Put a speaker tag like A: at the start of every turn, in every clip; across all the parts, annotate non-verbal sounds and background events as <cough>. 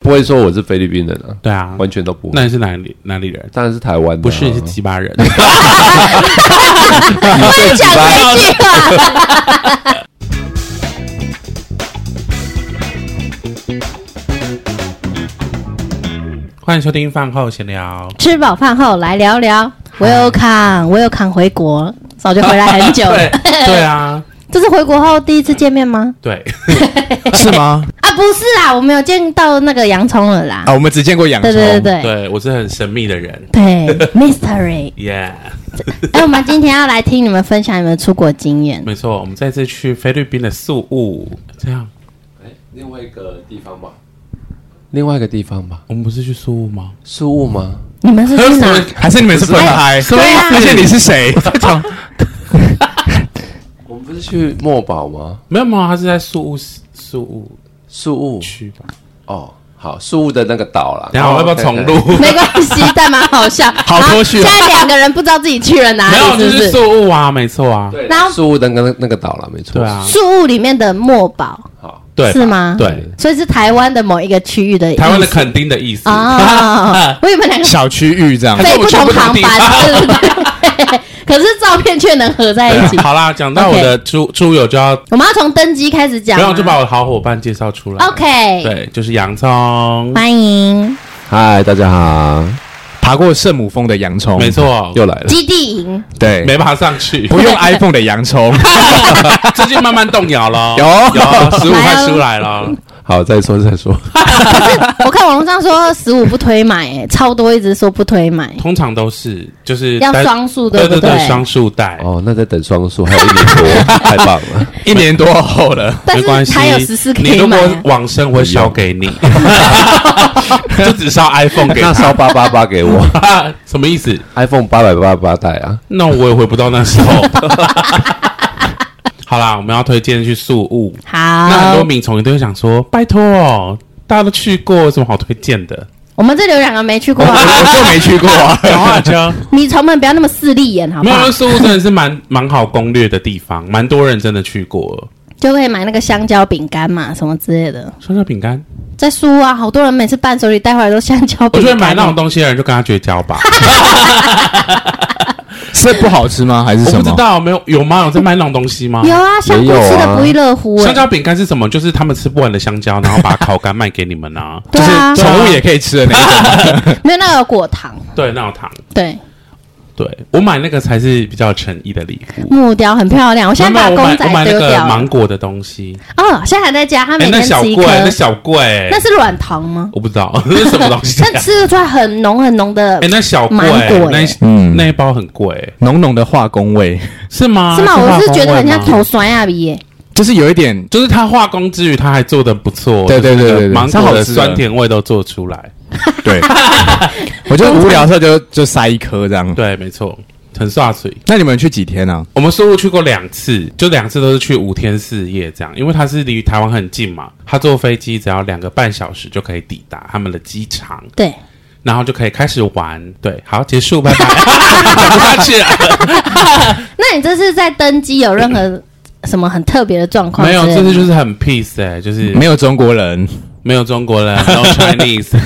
A: 不会说我是菲律宾人啊，
B: 对啊，
A: 完全都不会。
B: 那你是哪里哪里人？
A: 当然是台湾的啊，
B: 不是，你是鸡巴人。 <laughs>
A: 对
C: 讲这一句啊，
B: 欢迎收听饭后闲聊，
C: <laughs> 吃饱饭后来聊聊。Welcome，Welcome 回国，早就回来很久了
B: <laughs> 对。对啊，
C: 这是回国后第一次见面吗？
B: 对，
D: 是吗？
C: 啊，不是啦，我没有见到那个洋葱了啦。
D: <laughs>
B: 哦
D: 啊，我们只见过洋葱。
C: 对对对对
B: <laughs> 对我是很神秘的人
C: 对，Mystery。 <laughs>
B: ，Yeah，
C: 哎，我们今天要来听你们分享你们出国经验。
B: 没错，我们这次去菲律宾的宿务，这样
A: 哎另外一个地方吧，另外一个地方吧，
B: 我们不是去宿务吗？
A: 事务吗？
C: 你们是去
D: <laughs>
B: <laughs>
C: 哪？
D: 还是你们是分开？
C: 么意思
D: 而且你是 <laughs> 谁？
A: 我们不是去墨宝吗？
B: 没有没有，他是在宿务宿务
A: 事务
B: 区吧？
A: 哦，好，事务的那个岛啦。
B: 等一下我要不要重录？
A: 哦
C: 没关系，但蛮好笑。
D: 好脱序哦
C: 然后现在两个人不知道自己去了
B: <laughs> <laughs>
C: 哪
B: 没有，
C: 里，
B: 就是是
C: 不是？
B: 宿务啊，没错啊，
A: 对，
C: 然后
A: 事务的那个那个岛啦，没错。
B: 对啊，
C: 树屋里面的墨宝，
A: 好，
B: 对
C: 是吗
B: 对，
C: 所以是台湾的某一个区域的意思。
B: 台湾的垦丁的意思。 <laughs>
C: 啊，我以为两个
D: 小区域这样。
C: 飞不同航
B: 地
C: 班，对对对。 <laughs> 可是照片却能合在一起。
B: 啊 <laughs> 好啦，讲到我的猪猪友就要，
C: 我们要从登机开始讲
B: 不
C: 吗，
B: 用就把我的好伙伴介绍出来。
C: OK，
B: 对，就是洋葱，
C: 欢迎
A: 嗨，大家好，
D: 爬过圣母峰的洋葱，
B: 没，错，
A: 又来了。
C: 基地
B: <laughs>
C: 营，
D: 对，
B: 没爬上去，
C: <laughs>
D: 不用 iPhone 的洋葱。
B: 最近慢慢动摇
D: <laughs>
B: 了，
D: 有
B: 有十五
D: 啊
B: 块出来了，
A: 好，再说再说。
C: 我看网络上说十五不推买，哎超多一直说不
B: <laughs>
C: 推买，
B: 通常都是就是
C: 要
B: 单
C: 双数
B: 对
C: 不
B: 对对，双数带，
A: 哦，那在等双数，还有一年多，
B: <laughs>
A: 太棒了。
D: 一年多后了，
C: 但
B: 没关
C: 是
B: 系，
C: 还有十四可
B: 你
C: 以
B: 如
C: 买
B: 果
C: 啊。
B: 往生我会烧给你， <laughs> 就只烧 iPhone 给
D: <laughs>
A: 那
B: 他，
A: 烧八八八给
B: <laughs>
A: 我
B: 什么意思？
A: ，iPhone 八百八十八代啊。
B: 那我也回不到那时候。 <laughs> 好啦，我们要推荐去宿务，那很多
C: 好，
B: 民从都会想说，拜托哦，大家都去过，有什么好推荐
D: <laughs>
B: 的？
C: 我们这里有两个没去过
B: <laughs>
C: 啊，
D: 我就没去过啊。
B: 讲话就
C: 你从门不要那么势利眼，好不
B: 没
C: 好
B: 有，？宿务真的是蛮蛮好攻略的地方，蛮多人真的去过。
C: 就可以买那个香蕉饼干嘛，什么之类的。
B: 香蕉饼干，
C: 在书啊，好多人每次伴手礼带回来都香蕉
B: 我
C: 饼干。
B: 觉得买那种东西的人就跟他绝交
C: <laughs>
B: 吧。
D: <laughs> 是不好吃吗？还是
B: 我
D: 什
B: 不知
D: 么？
B: 道，没有有吗？有在卖那种东西吗？
C: 有啊，香菇
A: 也有啊
C: 吃的不亦乐乎、欸。
B: 香蕉饼干是什么？就是他们吃不完的香蕉，然后把它烤干卖给你们
C: <laughs>
B: 啊。
C: 对啊，
D: 就是宠物也可以吃的那一种。
C: 没有那个有果糖，
B: 对，那种糖，
C: 对，
B: 对我买那个才是比较有诚意的礼物。
C: 木雕很漂亮。我现在把
B: 没有我买
C: 公
B: 我买
C: 仔
B: 那
C: 丢
B: 个
C: 掉了
B: 芒。果的东西，
C: 哦，现在还在家，他
B: 哎，
C: 每
B: 那
C: 天
B: 小
C: 吃一
B: 贵
C: 颗。，
B: 那小贵，
C: 那是软糖吗？
B: 我不知道 <laughs> 那是什么东
C: <laughs>
B: 西啊。
C: 但吃得出来很浓很浓的
B: 哎，，那小贵
C: 芒果，
B: 那
C: 哎
D: 嗯
B: 那一包很贵，
D: 浓浓的化工味，
B: 是吗？
C: 是吗？
B: 化
C: 我是
B: 工
C: 觉得
B: 味
C: 很像
B: 吗
C: 头酸亚鼻耶。
D: 就是有一点
B: 就是它化工之余，它还做的不错。
D: 对对
B: 就是那个
D: 对对对
B: 芒
D: 超
B: 果
D: 好
B: 的
D: 吃的
B: 酸甜味都做出来。
C: <laughs>
D: 对。我就无聊的时候就就塞一颗这样。
B: 对，没错，很刷嘴。
D: 那你们去几天啊？
B: 我们苏务去过两次，就两次都是去五天四夜这样，因为它是离台湾很近嘛，它坐飞机只要两个半小时就可以抵达他们的机场，
C: 对，
B: 然后就可以开始玩。对，好，结束，拜拜。讲不下去了，
D: <laughs>
C: 那你这次在登机有任
B: <coughs>
C: 何什么很特别的状况
B: 没
C: 之类
B: 有，
C: 的
B: 这
C: 吗？
B: 次就是很 peace 哎、就是
D: 没有中国人，
B: 没有中国人，no
D: <laughs>
B: Chinese。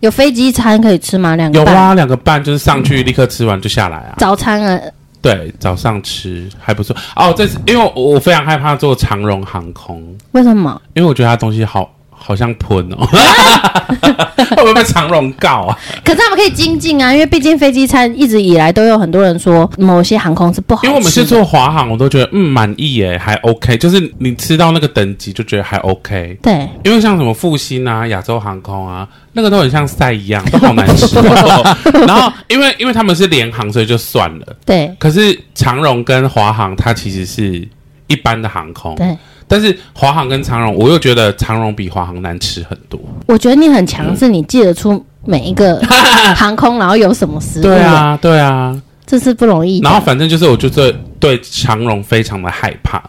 C: 有飞机餐可以吃吗？两
B: 有
C: 个半
B: 啊，两个半就是上去立刻吃完就下来啊。
C: 早餐啊，
B: 对，早上吃还不错。哦，这次因为我我非常害怕坐长荣航空，
C: 为什么？
B: 因为我觉得它东西好好像喷哦， <laughs> 会不会被长荣告啊？
C: 可是他们可以精进啊，因为毕竟飞机餐一直以来都有很多人说某些航空是不好吃的，
B: 因为我们是坐华航，我都觉得嗯满意耶，还 OK，就是你吃到那个等级就觉得还 OK。
C: 对，
B: 因为像什么复兴啊、亚洲航空啊，那个都很像赛一样，都好难吃、哦。然后因为因为他们是联航，所以就算了。
C: 对
B: 可是长荣跟华航它其实是一般的航空，
C: 对，
B: 但是华航跟长荣，我又觉得长荣比华航难吃很多。
C: 我觉得你很强，是你记得出每一个 <laughs>
B: <laughs>
C: 航空，然后有什么食物，
B: 嗯对，啊，对啊。
C: 这是不容易的。
B: 然后反正就是，我就对对长荣非常的害怕。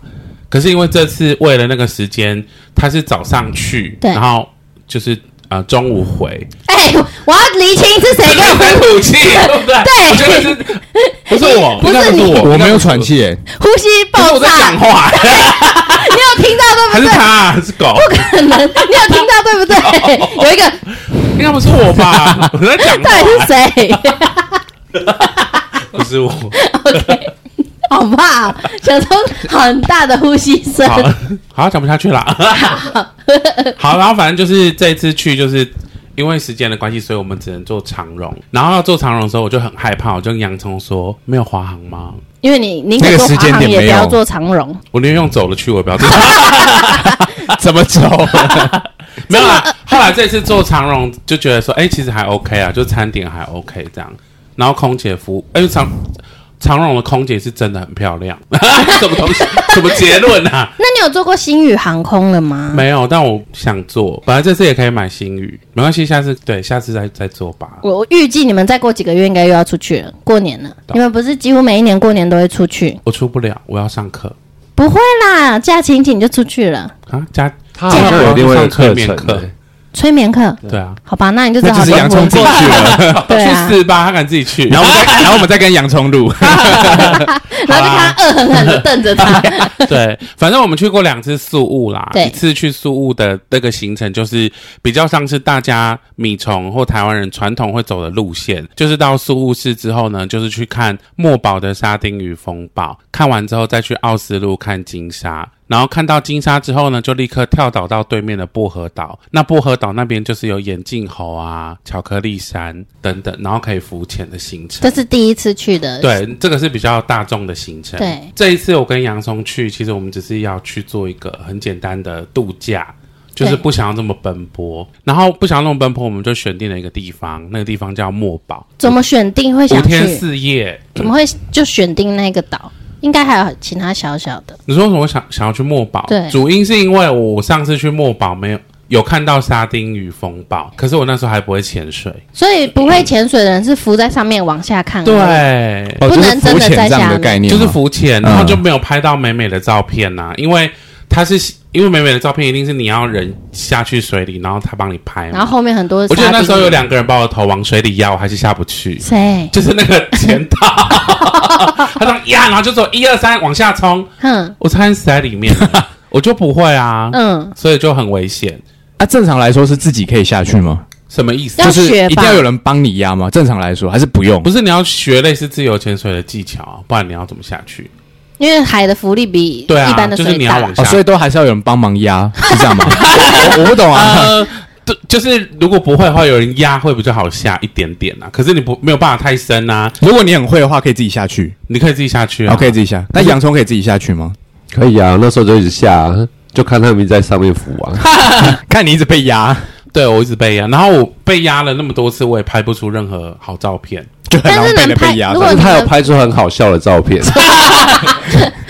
B: 可是因为这次为了那个时间，他是早上去，
C: 对
B: 然后就是呃中午回，
C: 哎、我要厘清是谁给我
B: 在
C: 们
B: 吐气，对不对？
C: 对
B: 我觉得是，不是我，
C: 不是
B: 应该
C: 你
B: 我，
D: 我没有
B: 应该不是
D: 喘，气耶。
C: <laughs> 呼吸
B: 不是
C: 爆
B: <laughs>
C: <laughs>
B: 我在
C: 炸
B: 讲，话，
C: 你有听到对
B: 还
C: 不
B: 是
C: 对？
B: 他、啊、是狗？
C: 可能你有听到对
B: <laughs>
C: 不对？有一个
B: 应该不是我
C: <laughs>
B: 吧？我在讲
C: 到
B: 话
C: 底是谁
B: 不是我。
C: <laughs> ？OK，好怕、哦，想说很大的呼吸声。
B: 好， <laughs> 好讲不下去了。 <laughs> 好，然后反正就是这一次去，就是因为时间的关系，所以我们只能做长荣。然后要做长荣的时候，我就很害怕，我就跟洋葱说：“没有华航吗？
C: 因为你宁可
D: 那个
C: 做
D: 时
C: 华
D: 间
C: 航，
D: 点
C: 也
D: 没
C: 不要
D: 有
C: 做长荣。
B: 我宁愿用走了去，我也不要坐。
D: 怎么
C: <laughs>
D: 走？
B: 没有啦。后来这次做长荣，就觉得说：“哎、其实还 OK 啊，就餐点还 OK 这样。”然后空姐服务，哎、长长荣的空姐是真的很漂亮。 <laughs> 什么东西？什么结论啊？
C: 那你有做过星宇航空的吗？
B: 没有，但我想做。本来这次也可以买新宇，没关系，下次对，下次再再做吧。
C: 我我预计你们再过几个月应该又要出去了，过年了。
B: 懂
C: 你们不是几乎每一年过年都会出去？
B: 我出不了，我要上课
C: 不会啦，假期一请就出去了，
B: 啊，加
D: 他好像有另外一个课
B: 上催
D: 程
B: 眠课
D: 欸，
C: 催眠课。
B: 对啊，哦
C: 好吧，那你就只
D: <laughs> 那
C: 好
D: 就是洋葱
C: 轮
D: 进
C: 回
D: 去了，
C: 对啊
B: 去，死吧，他敢自己去，
D: 然后我
C: <laughs>
D: 们再然后我们再跟洋葱录，
C: 然后就看他恶狠狠的瞪着他。
B: <laughs> 对，反正我们去过两次宿务啦，
C: 对
B: 一次去宿务的那个行程就是比较像是大家米虫或台湾人传统会走的路线，就是到宿务市之后呢，就是去看墨宝的沙丁鱼风暴，看完之后再去奥斯陆看金沙。然后看到金沙之后呢，就立刻跳岛到对面的薄荷岛。那薄荷岛那边就是有眼镜猴啊、巧克力山等等，然后可以浮潜的行程。
C: 这是第一次去的，，
B: 对，这个是比较大众的行程。
C: 对
B: 这一次我跟洋葱去，其实我们只是要去做一个很简单的度假，就是
C: 对
B: 不想要这么奔波。然后不想要那么奔波，我们就选定了一个地方，那个地方叫墨宝，
C: 怎么选定会
B: 五
C: 想
B: 天
C: 去？
B: 四夜。
C: 怎么会就选定那个岛？应该还有其他小小的。
B: 你说为什么我想想要去墨宝？
C: 对
B: 主因是因为我上次去墨宝没有。有看到沙丁鱼风暴，可是我那时候还不会潜水。
C: 所以不会潜水的人是浮在上面往下看，，
B: 对，
D: 哦
C: 不能
D: 就是
C: 真的
D: 浮
C: 在
D: 潜这
C: 下
D: 样的
C: 面
D: 概念
B: 就
D: 吗，嗯
B: 是浮潜，然后就没有拍到美美的照片呐、因为它是因为美美的照片一定是你要人下去水里，然后他帮你拍
C: 然后
B: 嘛。
C: 后面很多。
B: 我记得那时候有两个人把我头往水里压，我还是下不去，
C: 谁？
B: 就是那个前导，他这样压，然后就说一二三往下冲，
C: 哼，
B: 我差点死在里
D: <laughs>
B: 面了，我就不会啊，
C: 嗯，
B: 所以就很危险。
D: 啊，正常来说是自己可以下去吗？
B: 什么意思
C: 要？
D: 就是
C: 学吧
D: 一定要有人帮你压吗？正常来说还是不用
B: 不，是你要学类似自由潜水的技巧啊，不然你要怎么下去？
C: 因为海的浮力比一
B: 对啊
C: 般的
B: 就是
C: 水
B: 你要
C: 大。
B: 往下
D: 哦，所以都还是要有人帮忙压，是这样吗？
B: <laughs>
D: 我我不懂啊，
B: 呃，对，就是如果不会的话，有人压会比较好下一点点啊。可是你不没有办法太深啊，
D: 如果你很会的话，可以自己下去，
B: 你可以自己下去啊。
D: 我可以自己下。那洋葱可以自己下去吗？
A: 可以啊，那时候就一直下啊，就看他们在上面浮啊。
C: <laughs>
D: 看你一直被压，
B: 对我一直被压，然后我被压了那么多次，我也拍不出任何好照片。
D: 就很
C: 但
D: 狼
C: 是
D: 狈的
C: 能拍
D: 被压。
C: 如
D: 这
C: 果
A: 但
D: 样
C: 你
A: 是他有
C: 的
A: 拍出很好笑的照
C: <laughs>
A: 片，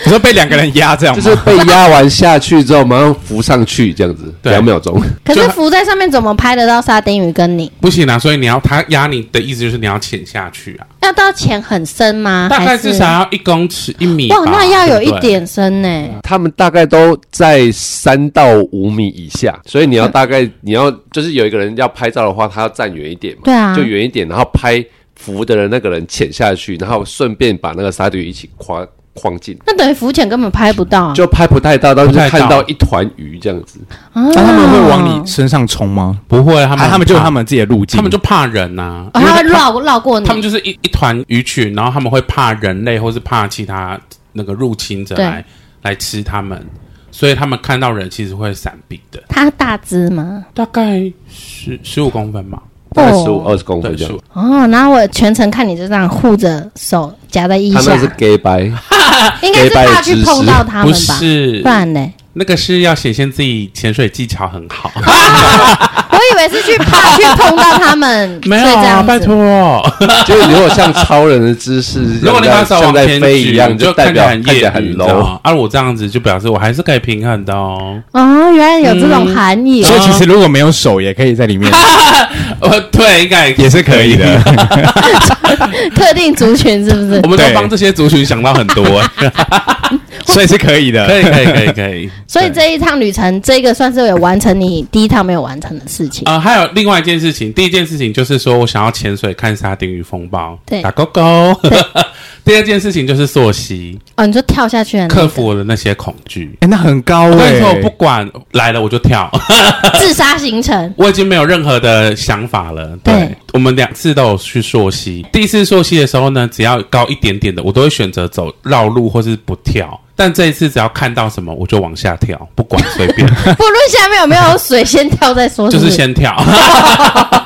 D: 你说被两个人压这样
A: 就
D: 吗？
A: 是被压完下去之后马上浮上去这样子，
B: <laughs> 对
A: 两秒钟。
C: 可是
B: 就
C: 浮在上面怎么拍得到沙丁鱼跟你？
B: 不行啊，所以你要他压你的意思就是你要潜下去啊，
C: 要到潜很深吗？
D: 啊
B: 大概
C: 还
B: 至
C: 是
B: 少要一公尺一米吧。
C: 哇，那要有
B: 对
C: 一
B: 不对
C: 点深呢。
A: 他们大概都在三到五米以下，所以你要大概你要就是有一个人要拍照的话，他要站远一点嘛，
C: 对啊
A: 就远一点，然后拍浮的人那个人潜下去，然后顺便把那个沙丁鱼一起框框进，
C: 那等于浮潜根本拍不到啊！
A: 就拍不太到，但是
B: 不太到
A: 看到一团鱼这样子。
B: 啊
D: 那
C: 他
D: 他们会往你身上冲吗？
B: 不会，他
D: 他
B: 们
D: 嗯啊们他们就有他
B: 们
D: 们自己的路径，
B: 他们就怕人呐、因
C: 哦，
B: 为
C: 他会绕绕过你，
B: 他们就是一一团鱼群，然后他们会怕人类或是怕其他那个入侵者
C: 对
B: 来来吃他们，所以他们看到人其实会闪避的。
C: 他大只吗？
B: 大概十十五公分吧，
A: 大概十五
C: 哦
A: 二十公分
B: 对，
A: 这
B: 十
A: 样
B: 五。。
C: 哦，然后我全程看你就这样护着手夹在腋
A: 他
C: 下
A: 那，是 gay 白，
C: 应该是怕去碰到他
B: 不
C: 们吧？
B: 是
C: 不，然呢？
B: 那个是要显现自己潜水技巧很好。
C: 我以为是去怕去碰到他们，
B: <laughs> 没有
C: 所以这
B: 啊，
C: 样
B: 拜
C: 子。
B: 托，
A: <laughs> 就是如果像超人的姿势，
B: <laughs> 如果你把手
A: 像
B: 往
A: 在
B: 前
A: 飞
B: 举，
A: 一样，
B: 你就
A: 代
B: 看起
A: 表
B: 来
A: 看
B: 很业
A: 起来
B: 余，哦
A: 很
B: 你知道
A: low。
B: 吗？而我这样子就表示我还是可以平衡的哦。
C: 哦，原来有这种含义
B: 嗯
C: 哦。
D: 所以其实如果没有手也可以在里面，
B: 呃，对，应该
D: 也是可
B: <laughs>
D: 以的。
C: 特定族群是不是
B: 我？们都
D: 对
B: 帮这些族群想到很多，
D: <laughs> 所以是可以
B: <laughs>
D: 的。
B: 可以，可以，可以，可以。
C: 所以这一趟旅程，这个算是有完成你第一趟没有完成的事情。
B: 啊，还有另外一件事情，第一件事情就是说我想要潜水看沙丁鱼风暴，
C: 对
B: 打勾勾。 <laughs> 第二件事情就是溯溪，
C: 哦，你说跳下去的那个
B: 克服我的那些恐惧。
D: 哎，那很高
B: 我跟你
D: 哎
B: 说，我不管来了我就跳， <laughs>
C: 自杀行程，
B: 我已经没有任何的想法了。对，
C: 对
B: 我们两次都有去溯溪。第一次溯溪的时候呢，只要高一点点的，我都会选择走绕路或是不跳。但这一次只要看到什么，我就往下跳，不管随便，
C: 不论下面有没有水，先跳再说
B: 就是
C: 不
B: 先跳。
A: <laughs>
B: <laughs>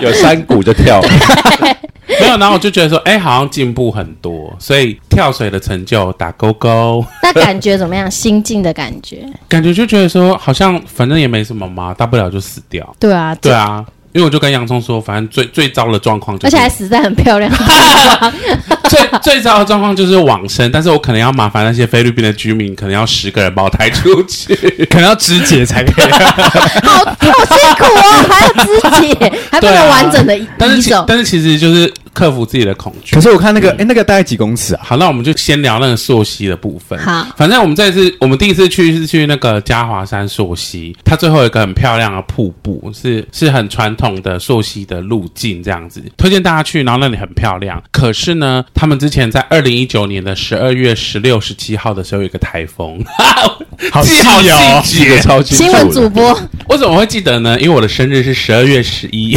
A: 有山谷就
B: <laughs>
A: 跳，
B: 没有，然后我就觉得说，哎、好像进步很多，所以跳水的成就打勾勾，
C: 那感觉怎么样？心境的感觉？
B: 感觉就觉得说，好像反正也没什么嘛，大不了就死掉。
C: 对啊，
B: 对啊，因为我就跟洋葱说，反正最最糟的状况、就
C: 而
B: 是，
C: 且还死在很漂亮的
B: 啊
C: 地方，
B: <laughs> 最最糟的状况就是往生，但是我可能要麻烦那些菲律宾的居民，可能要十个人把我抬出去。 <laughs>
D: 可能要肢解才可以。
C: 好好辛苦哦，还要肢解，还不
B: 对啊
C: 能完整的移
B: 但是
C: 移
B: 其
C: 走。
B: 但是其实就是克服自己的恐惧
D: <laughs> 可。是我看那个，哎，那个大概几公尺啊？
B: 好，那我们就先聊那个溯溪的部分。
C: 好
B: 反正我们这次我们第一次去是去那个嘉华山溯溪，它最后有一个很漂亮的瀑布，是是很传统的溯溪的路径这样子，推荐大家去。然后那里很漂亮，可是呢，他们之前在二零一九年的十二月十六、十七号的时候有一个台风， <laughs>
D: 好
B: 记好
D: 细哦
B: 细
A: 记得
B: 节。
A: 超清楚
C: 新
A: 的。
C: 闻主播，
B: 我怎么会记得呢？因为我的生日是十二月十一，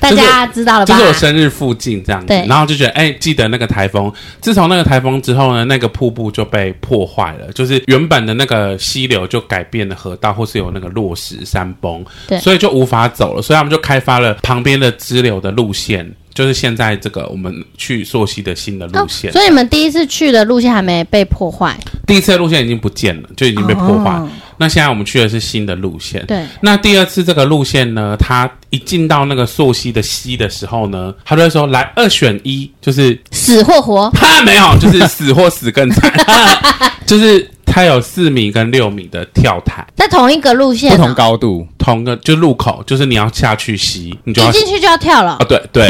C: 大家知道了吧？
B: <laughs> 就是我生日附近这样子
C: 对，
B: 然后就觉得哎、记得那个台风。自从那个台风之后呢，那个瀑布就被破坏了，就是原本的那个溪流就改变了河道，或是有那个落石山崩，
C: 对
B: 所以就无法走了。所以他们就开发了旁边的支流的路线，就是现在这个我们去溯溪的新的路线。
C: 哦所以你们第一次去的路线还没被破坏，
B: 第一次的路线已经不见了，就已经被破坏。
C: 哦
B: 那现在我们去的是新的路线，
C: 对，
B: 那第二次这个路线呢，它一进到那个溯溪的溪的时候呢，他就会说来二选一，就是
C: 死或活，
B: 他没有， <laughs> 就是死或死更惨， <laughs> 就是它有四米跟六米的跳台，
C: 在同一个路线
D: 不
C: 哦、
D: 同高度，
B: 同个就路口，就是你要下去溪，你就要
C: 一进去就要跳了
B: 啊，。对
C: <laughs>
B: 对，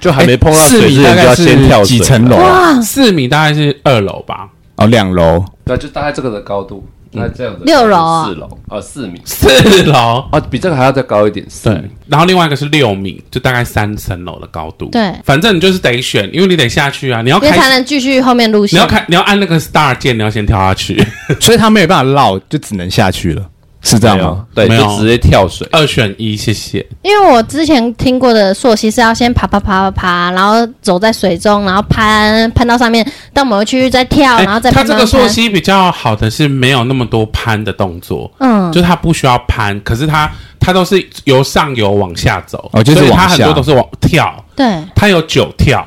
A: 就还没碰到
D: 诶
B: 哎
A: 水之
D: 四米
A: 前
D: 大
A: 就
D: 概
A: 要
D: 是
A: 先跳水
D: 几层楼啊？
C: 哇，
B: 四米大概是二楼吧，
D: 哦，两楼，
A: 对，啊就大概这个的高度，那这样子
C: 六楼啊
A: 四楼啊，四米
B: 四楼。
A: 啊，比这个还要再高一点，四
B: 对
A: 米，
B: 嗯然后另外一个是六米，就大概三层楼的高度。
C: 对
B: 反正你就是得选，因为你得下去啊，你要
C: 因为
B: 开
C: 才
B: 始，
C: 能继续后面路
B: 你
C: 线
B: 要。开，你要按那个 star 键，你要先跳下去。 <laughs>
D: 所以他没有办法绕，就只能下去了，是这样
A: 没
D: 吗
A: 有？对，
B: 没有
A: 就直接跳水。
B: 二选一，谢谢。
C: 因为我之前听过的溯溪是要先爬爬爬爬爬，然后走在水中，然后攀攀到上面，到某个区域再跳，哦然后再
B: 哎它
C: 攀
B: 这
C: 攀
B: 个
C: 攀。
B: 溯溪比较好的是没有那么多攀的动作，
C: 嗯，
B: 就是它不需要攀，可是它它都是由上游往下走，
D: 哦就是
B: 所以它
D: 往
B: 很
D: 下
B: 多都是往跳，
C: 对，
B: 它有九跳，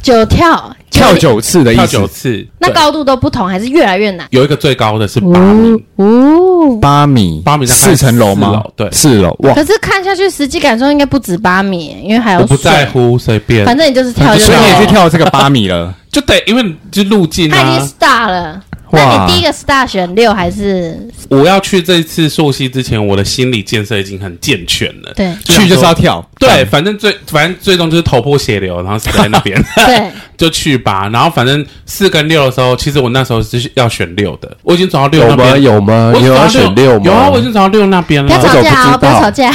C: 九跳
D: 跳，九次的意
B: 跳九
D: 思，
B: 次，
C: 那
B: 对
C: 高度都不同，还是越来越难。
B: 有一个最高的是八米，
C: 哦，
D: 八米，
B: 八米大概
D: 四层楼
B: 四
D: 吗
B: 楼？对
D: 四楼哇
C: 可，是看下去实际感受应该不止八米，因为还有
B: 我不
C: 水
B: 在，乎，随便，
C: 反正你就是跳就对
D: 所以
C: 了
D: 你也去，跳这个八米了，
B: 就得因为就路径
C: 他已经
B: 啊。
C: star 了。那
D: 哇
C: 你第一个 star 选六还是
B: 我要去这一次溯溪之前，我的心理建设已经很健全了。
C: 对
D: 去就是要跳， <laughs>
B: 对，反正最反正最终就是头破血流，然后死在那
C: <laughs>
B: 边。
C: 对？
B: 就去吧。然后反正四跟六的时候，其实我那时候是要选六的，我已经走到六那
A: 有吗？
B: 边。
A: 有吗？有
B: 我已经走到
A: 要选六吗？
B: 有啊，我已经走到六那边
C: 不要
B: 了。
C: 吵
A: 我怎么
C: 架
A: 不
C: 哦，
A: 知
C: 不要
A: 道
C: 吵架。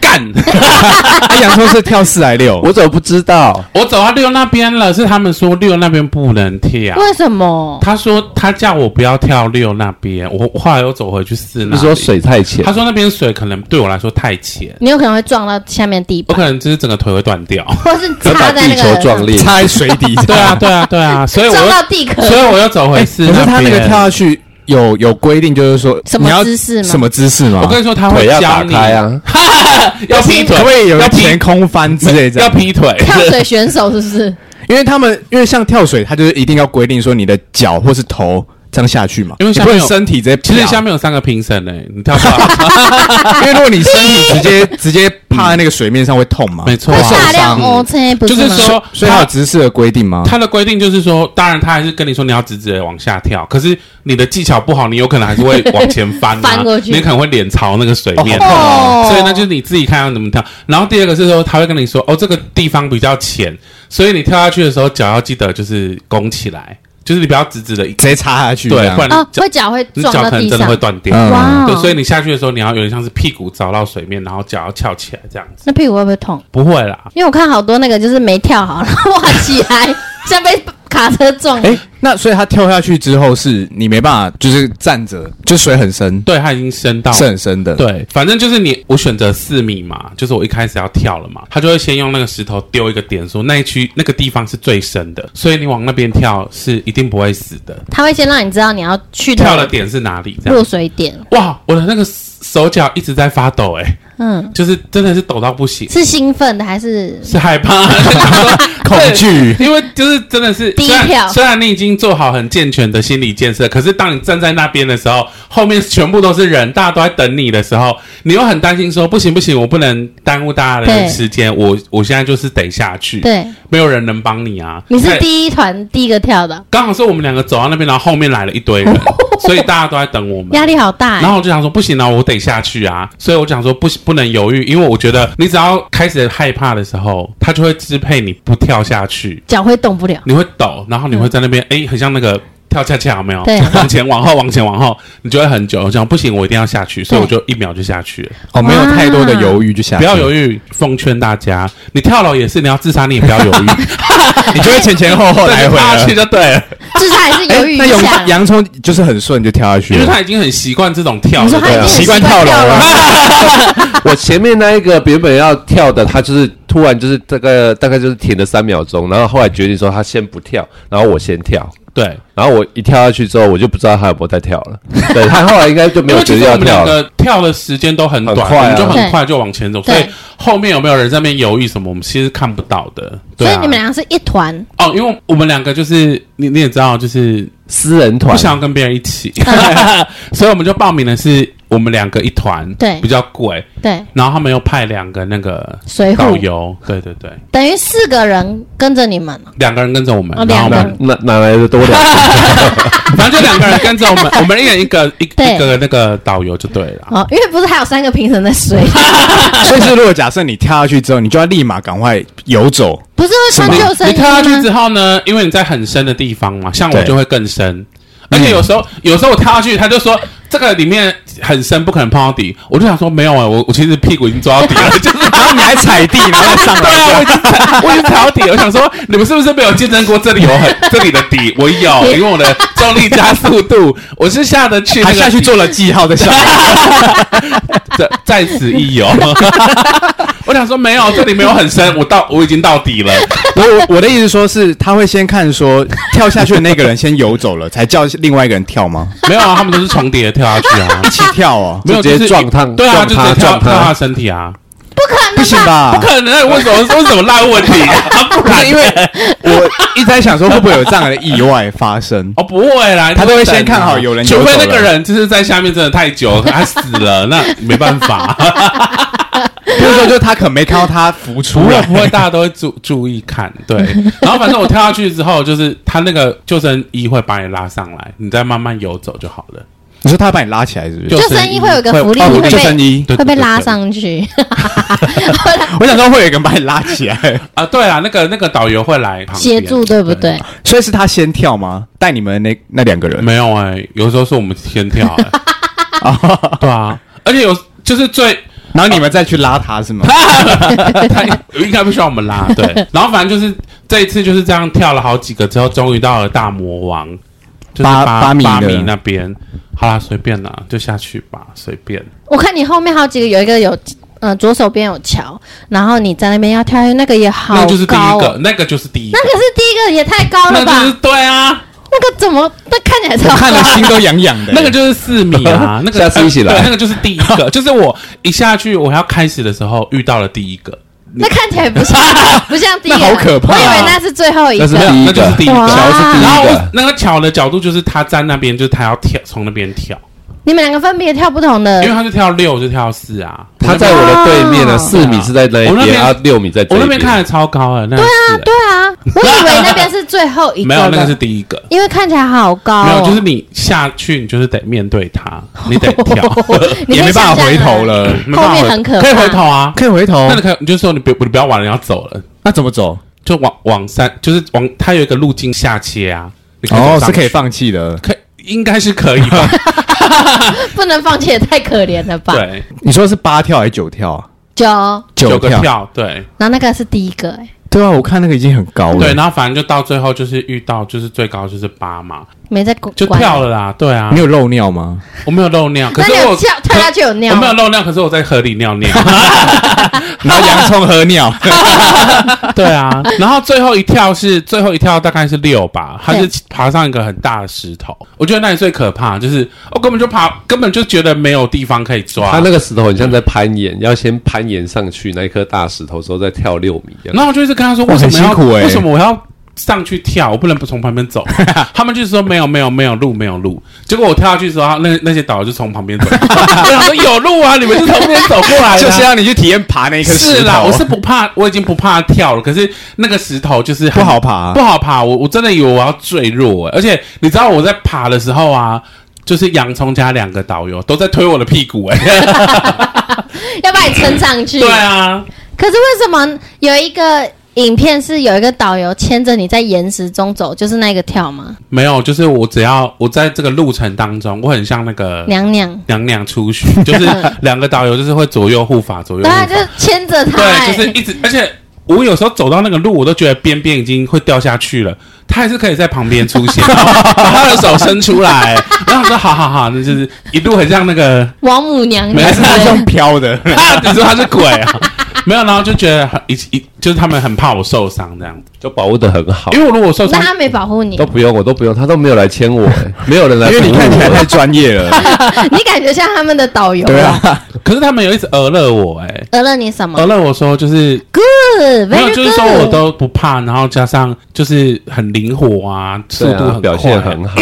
B: 干， <laughs>
D: 哎，洋葱是跳四还六？
A: <laughs> 我怎么不知道？
B: 我走到六那边了，是他们说六那边不能跳。
C: <laughs> 为什么？
B: 他说他叫我不要跳六那边，我我后来又走回去四
A: 你
B: 那里。
A: 说水太浅
B: 他，说那边水可能对我来说太浅，
C: 你有可能会撞到下面地
B: 我
C: 板，
B: 可能就是整个腿会断掉。
C: 或是
A: 要把
C: 插在
A: 地
C: 那
A: 球
C: 个
A: 撞裂。
D: 插在水 <laughs> 底，
B: 对 <laughs> 啊，对啊，对啊，所以我
C: 撞
B: 又
C: 到地壳。
B: 所以我又走回四
D: 哎可是他那个
B: 啊边
D: 跳下去有有规定，就是说
C: 什么
D: 你要
C: 姿势吗
D: 什么姿势吗？
B: 我跟你说，他会
A: 腿要
B: 教
A: 打
B: 你
A: 开，啊！
B: <laughs> 要劈腿，
D: 可不可以有
B: 要
D: 个
B: 劈
D: 前空翻之类的？
B: 要劈腿，
C: 跳水选手是不
B: <laughs>
C: 是？
D: 因为他们因为像跳水，他就是一定要规定说你的脚或是头这样下去嘛，
B: 因为
D: 你
B: 下
D: 不
B: 面有
D: 能身体直接
B: 其
D: 啪。
B: 实下面有三个评审呢，你跳
D: <laughs>
B: 出来，
D: 因为如果你身体直接直接趴在那个水面上会痛嘛，
B: 没错
C: 会
B: 啊
D: 会受
C: 大量
D: 伤。
C: O C 不
B: 就是
C: 吗？
B: 说
D: 所以他有姿势的规定
C: 啊
D: 吗？
B: 他的规定就是说，当然他还是跟你说你要直直的往下跳，可是你的技巧不好，你有可能还是
C: <laughs>
B: 会往前翻、啊，
C: 翻过去
B: 你可能会脸朝那个水面，
D: 哦
C: 哦
B: 所以那就是你自己看要怎么跳。然后第二个是说，他会跟你说，哦，这个地方比较浅，所以你跳下去的时候脚要记得就是拱起来。就是你不要直直的一
D: 直接插下去，
B: 对，
D: 这
B: 不
D: 样
B: 然
C: 哦
B: 你，脚、
C: 会脚会
B: 你
C: 撞
B: 脚
C: 到
B: 可能
C: 地
B: 真的会
C: 上，
B: 断掉。
D: 嗯
C: 哇
B: 对，所以
C: 哦，
B: 你下去的时候，你要有点像是屁股着到水面，然后脚要翘起来这样子。
C: 那屁股会不会痛？
B: 不会啦，
C: 因为我看好多那个就是没跳好， <laughs> 然后哇起来，像被卡车撞。
D: 哎，那所以他跳下去之后，是你没办法，就是站着，就水很深，
B: 对，它已经升到
D: 是很深的。，
B: 对，反正就是你，我选择四米嘛，就是我一开始要跳了嘛，他就会先用那个石头丢一个点数，那一区那个地方是最深的，所以你往那边跳是一定不会死的。
C: 他会先让你知道你要去
B: 跳
C: 的
B: 的点是哪里？这
C: 落
B: 样
C: 水点，
B: 哇，我的那个手脚一直在发抖、欸，
C: 嗯，
B: 就是真的是抖到不行，
C: 是兴奋的还是
B: 是害怕， <laughs>
D: 恐惧，
B: 因为就是真的是，
C: 低
B: 虽
C: 跳
B: 然虽然你已经做好很健全的心理建设，可是当你站在那边的时候，后面全部都是人，大家都在等你的时候，你又很担心说不行不行，我不能耽误大家
C: 对
B: 的时间，我我现在就是得下去，
C: 对？
B: 没有人能帮你啊。
C: 你是
B: 那
C: 第一团第一个跳的，
B: 刚好是我们两个走到那边，然后后面来了一堆
C: <laughs>
B: 人，所以大家都在等我们。
C: 压力好大
B: 然
C: 欸。
B: 后我就想说不行啊，我得下去啊，所以我想说不行，不能犹豫，因为我觉得你只要开始害怕的时候，它就会支配你不跳下去，
C: 脚会动不了，
B: 你会抖，然后你会在那边，哎、很像那个跳恰恰，有没有？
C: 嗯对
B: 往前往后，往前往后，你就会很久。我想不行，我一定要下去，所以我就一秒就下去了。
D: 哦，没有太多的犹豫就下，
B: 不要
D: 豫，
B: 犹豫，奉劝大家，你跳楼也是，你要自杀，你也不要犹
A: <laughs>
B: 豫，
D: <laughs> 你就会前前后后
B: <laughs> 对
D: 来回
B: 你跳下去
D: 了。
B: 就对了，
C: 至少还是
D: 哎
C: 犹豫一
D: 那洋
C: 下。
B: 啊
D: 洋葱就是很顺就跳下去
B: 因为
D: 了，
B: 他已经很习惯这种跳
C: 你
B: 了，
C: 说他已
B: 对
C: 经
B: 啊
C: 很
D: 习惯
C: 跳
D: 跳楼了。
A: 我前面那一个原本要跳的，他就是突然就是大概大概就是停了三秒钟，然后后来决定说他先不跳，然后我先跳，
B: 对。
A: 然后我一跳下去之后，我就不知道他有没有在跳了。对他后来应该就没
B: 因
A: 有
B: 为其
A: 决
B: 实
A: 定
B: 我
A: 要
B: 们
A: 跳
B: 两
A: 了。
B: 个跳的时间都很短，
A: 很快啊
B: 我们就很快就往前走，
C: 对
B: 所以后面有没有人在那边犹豫什么，我们其实看不到的。对
C: 所
B: 啊、
C: 以你们俩是一团，
B: 哦，因为我们两个就是你你也知道，就是
A: 私人团
B: 不想要跟别人一
C: <laughs>
B: 起，所以我们就报名的是我们两个一团，
C: 对
B: 比较贵，
C: 对，
B: 然后他们又派两个那个
C: 随
B: 导
C: 护
B: 游，对对对，
C: 等于四个人跟着你们，
B: 两个人跟着我们，
C: 哦
B: 然后我
C: 两个
B: 们
C: 人
A: 哪哪来的多两
B: <laughs>
A: 个？
B: 反正就两个人跟着
C: <laughs>
B: 我们，我们一人一个一
C: 对
B: 一个那个导游就对了。
C: 哦，因为不是还有三个评审在水， <laughs>
D: <laughs> 所以是如果假设你跳下去之后，你就要立马赶快游走，
C: 不是会穿
D: 什么
C: 救生
B: 你
C: 衣
B: 跳下去之
C: 吗？
B: 后呢，因为你在很深的地方嘛，像我
D: 对
B: 就会更
C: 嗯
B: 深。而且有时候，有时候我跳下去，他就说这个里面很深，不可能碰到底。我就想说，没有啊、我我其实屁股已经抓到底
C: <laughs>
B: 了，就是
D: 然后你还踩地，然后再上
B: 对
D: <laughs>
B: 啊，我
D: 来
B: 已。经踩我已经踩到底了。我想
D: <laughs>
B: 说，你们是不是没有见证过这里有很这里的底？我有，因为我的重力加速度，我是下得去那
D: 还
B: 个底，
D: 下去做了记号再上来，
B: 在在此一游。我想说，没有，这里没有很深，我到我已经到底了。
D: <laughs> 我我我的意思说是，他会先看说跳下去的那个人先游走了，才叫另外一个人跳吗？
B: 没有啊，他们都是重叠跳下去
D: <laughs>
B: 啊
D: 一。起跳哦，
B: 没有
A: 直接
B: 就是
A: 撞他
B: 对啊，
A: 撞
B: 就直
A: 他
B: 接跳
A: 撞他
B: 跳他的身体啊，
C: 不可
D: 不
C: 能
D: 行
C: 吧？
D: 吧
B: 不？可能，为什么为什么烂
D: <laughs>
B: 问题？不然因为，
D: 我一直在想说会不会有这样的意外发生
B: 哦不会啦，
D: 他都会
B: 就等啊
D: 先看好有人游
B: 除
D: 走
B: 非
D: 了
B: 那个人就是在下面真的太久，他死了，那没办法。
D: 比如说就他可能没看到他浮
B: 不
D: 出
B: 会
D: 来，
B: 不会，大家都会注注意看，
C: <laughs>
B: 对。然后反正我跳下去之后，就是他那个救生衣会把你拉上来，你再慢慢游走就好了。
D: 你说他把你拉起来是不是？
B: 就
C: 救生衣会有一个浮力，
D: 哦
C: 会
D: 救生
C: 被
D: 衣，
B: 对
C: 会被
B: 对对
C: 拉
B: 对
C: 上去。
D: 我想说会有一个人把你拉起来，
B: 啊，对啊，那个那个导游会来旁边
C: 协助，对不对？？
D: 所以是他先跳吗？带你们那那两个人，
B: 没有哎、有时候是我们先跳、
C: <laughs>
B: 欸，对啊，而且有就是最
D: 然后你们再去拉他是 <laughs> 吗？
B: 他应该不需要我们拉，对。
C: <laughs>
B: 然后反正就是这一次就是这样跳了好几个之后，终于到了大魔王，就是
D: 八
B: 八
D: 八米
B: 八
D: 的
B: 米那边。好啦，随便啦，就下去吧，随便。
C: 我看你后面好几个，有一个有呃左手边有桥，然后你在那边要跳下去，那个也好
B: 那个就是第
C: 高
B: 一
C: 哦
B: 个，，那个就是第一个
C: 那，个是第一个也太高了
B: 那就是
C: 吧？
B: 对啊，
C: 那个怎么？那看起来
D: 我
C: 超
D: 看了心都痒痒的、
B: 那个就是四米啊，那个
A: 下次一起来
B: 对，那个就是第一个，就是我一下去我要开始的时候遇到了第一个，
C: 那看起来不像不像第一个，
D: 那好可怕
C: 我以为那是最后一
A: 那是
C: 个。
A: 第一
B: 那就是
A: 个
B: 第一，
C: 哇
B: 个。
A: 桥是
B: 然后
A: 第一
B: 我
A: 个。
B: 那个巧的角度就是他站那边，就是他要跳从那边跳，
C: 你们两个分别跳不同
B: 因为
C: 的，
B: 他是跳六，我就跳四啊。
A: 他在我的对面
C: 哦
A: 呢，四米是在那一
B: 我那
A: 边，
B: 边
A: 啊，六米在这
B: 我
A: 一
B: 那边看的超高了，那对啊
C: 对啊，我以为那边是最后一
B: <laughs>
C: 个
B: 没
C: 的，
B: 有那个是第一个，
C: 因为看起来好高、哦，
B: 没有就是你下去你就是得面对他，你得跳，
C: 你
D: 也
C: 可以
D: 没办
C: 想
D: 法
C: 象
D: 回
C: 啊
D: 头了，
B: 没办法
C: 后面
B: 回
C: 很可怕
B: 可以回头啊，
D: <laughs> 可以回头
B: 那你可以你就说你不你不要玩了，你要走了。
D: 那怎么走？
B: 就往往山，就是往它有一个路径下切啊，你可以
D: 哦
B: 走上
D: 是可以
B: 去，
D: 放弃的。
B: 可应该是可以 <laughs> 吧？
C: <laughs> 不能放弃也太可怜了吧？
B: 对， <laughs>
D: 你说是八跳还是九跳啊？
C: 九，然
B: 九个跳，对
C: 后那个是第一个、欸，
D: 对啊，我看那个已经很高了。
B: 对，然后反正就到最后就是遇到就是最高就是八嘛，
C: 没在管。
B: 就跳了啦，对啊
D: 你，有漏
B: <laughs>
D: 尿吗？
B: 我没有漏尿，可
C: 那
B: 是
C: 你有
B: 我
C: 跳跳下去有尿
B: 我没有
C: 吗？
B: 漏尿，可是我在河里尿 <laughs> 尿。
D: 然后洋葱
B: <laughs>
D: 和尿，
B: 哦对啊，然后最后一跳是最后一跳大概是六吧，他是
C: 对
B: 爬上一个很大的石头，我觉得那里最可怕，就是我根本就爬，根本就觉得没有地方可以抓。
A: 他那个石头很像在攀岩，要先攀岩上去那一颗大石头之后再跳六米这样。
B: 然后我就一直跟他说，为什么
D: 哇
B: 要、
D: 很辛苦欸
B: 为什么我要上去跳？我不能不从旁边
D: <laughs>
B: 走。他们就是说没有没有没有路没有路。结果我跳下去的时候，他那那些导就从旁边走。 <laughs> 我想说有路啊，你们是从旁边走过来的啊、
D: 就是让你去体验爬那一颗石头。
B: 是啦，我是不怕，我已经不怕跳了。可是那个石头就是很
D: 不好爬
B: 不好爬。我我真的以为我要坠落、欸，而且你知道我在爬的时候啊，就是洋葱加两个导游都在推我的屁股、欸，哎，
C: 要把你撑上去。
B: 对啊，
C: 可是为什么有一个影片是有一个导游牵着你在岩石中走，就是那个跳吗？
B: 没有，就是我只要我在这个路程当中，我很像那个
C: 娘娘，
B: 娘娘出巡， <laughs> 就是两个导游就是会左右护法，左右
C: 对
B: 护法，
C: 啊，就是牵着他、欸，
B: 对，就是一直，而且我有时候走到那个路，我都觉得边边已经会掉下去了，他还是可以在旁边 <laughs> 出现，把他的手伸出来，然后我说好好好，那就是一路很像那 <laughs> 个，
C: 王母娘
B: 没
C: 娘
B: 事。
C: 之
D: 这
C: 类的。
D: 样飘的
B: <laughs> 啊你说他是鬼啊？没有，然后就觉得很一一就是他们很怕我受伤这样子，
A: 就保护的很好
B: 因，为我如果受伤
C: 那，他没保护你
A: 都，不用我都不用，他都没有来牵我、欸，没有人来
D: 因
A: 服务
D: 为
A: 我，
D: 你看起来太专业 <laughs> 了，
C: <laughs> 你感觉像他们的导游。
D: 对啊，，
B: 可是他们有一直讹了我、哎，
C: 讹了你什么
B: 讹了我说就是
C: ？Good，
B: 没有，
C: very
B: 就是说我
C: good
B: 都不怕，然后加上就是很灵活啊，速
A: 对
B: 度
A: 啊
B: 很快，
A: 表现很好，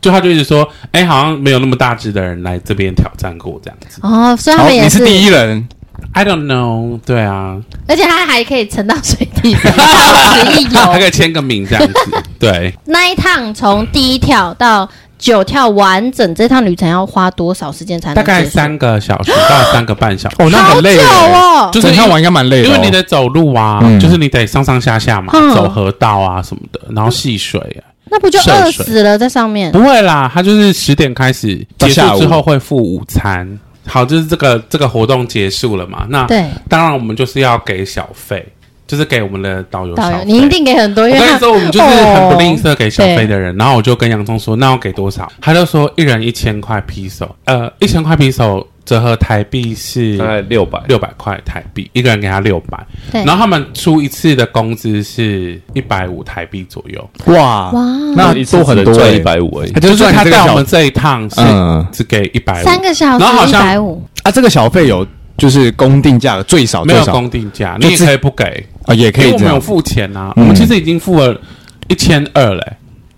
B: 就他就一直说，哎、好像没有那么大只的人来这边挑战过这样子。
C: 哦，所以他
D: 好，
C: 们
D: 你
C: 也
D: 是第一人，
B: I don't know，对啊，
C: 而且他还可以沉到水底，到此一
B: 他可 <laughs>
C: 游。
B: 以签个名这
C: <laughs>
B: 样子。对，
C: 那一趟从第一跳到九跳完整，这趟旅程要花多少时间才能？
B: 大概，三个小时到三个半小时，
D: 哦，那
C: 好
D: 很累
C: 久
D: 耶。
C: 哦。
B: 就是
D: 整趟玩应该蛮累的
B: 因
D: 哦，
B: 为你得走路啊，
D: 嗯
B: 就是你得上上下下嘛，
C: 嗯
B: 走河道啊什么的，然后戏水啊。
C: 那不就
B: 涉
C: 饿
B: 水
C: 死了在上面
B: 不？会啦，他就是十点开始，
D: 到
B: 结
D: 下
B: 束
D: 午
B: 之后会付午餐。好，就是这个这个活动结束了嘛，那
C: 嗯对，
B: 当然我们就是要给小费，就是给我们的导游
C: 导
B: 小
C: 游
B: 费。
C: 你一定给很多，因
B: 我
C: 为
B: 跟你
C: 他
B: 说，我们就是很不吝啬给小费
C: 哦
B: 的人。然后我就跟洋葱说：“那要给多少？”他就说：“一人一千块 peso，呃，一千块 peso 折合台币
A: 大概
B: 是
A: 六百，
B: 六百块台币，一个人给他六百。
C: 对
B: 然后他们出一次的工资是一百五台币左右，
D: 哇
C: 哇
B: 欸
D: 那
A: 一次
D: 多很
A: 只
D: 多欸
A: 能赚一
D: 耶，
A: 百五而已
D: 他。
B: 就
D: 就是赚
B: 他
D: 你这个
B: 带我
D: 小
B: 们这一趟是
D: 嗯
B: 只给一百五，
C: 三个小时
B: 然后好
C: 一
B: 像
C: 百五，
D: 啊，这个小费有就是公定价格最少
B: 没
D: 最
B: 有
D: 哦少
B: 公定价，
D: 就
B: 你也
D: 自
B: 可以不给，
D: 啊，也可
B: 因为
D: 以
B: 我
D: 这
B: 们有
D: 样。
B: 付钱啊，
D: 嗯
B: 我们其实已经付了一千二嘞。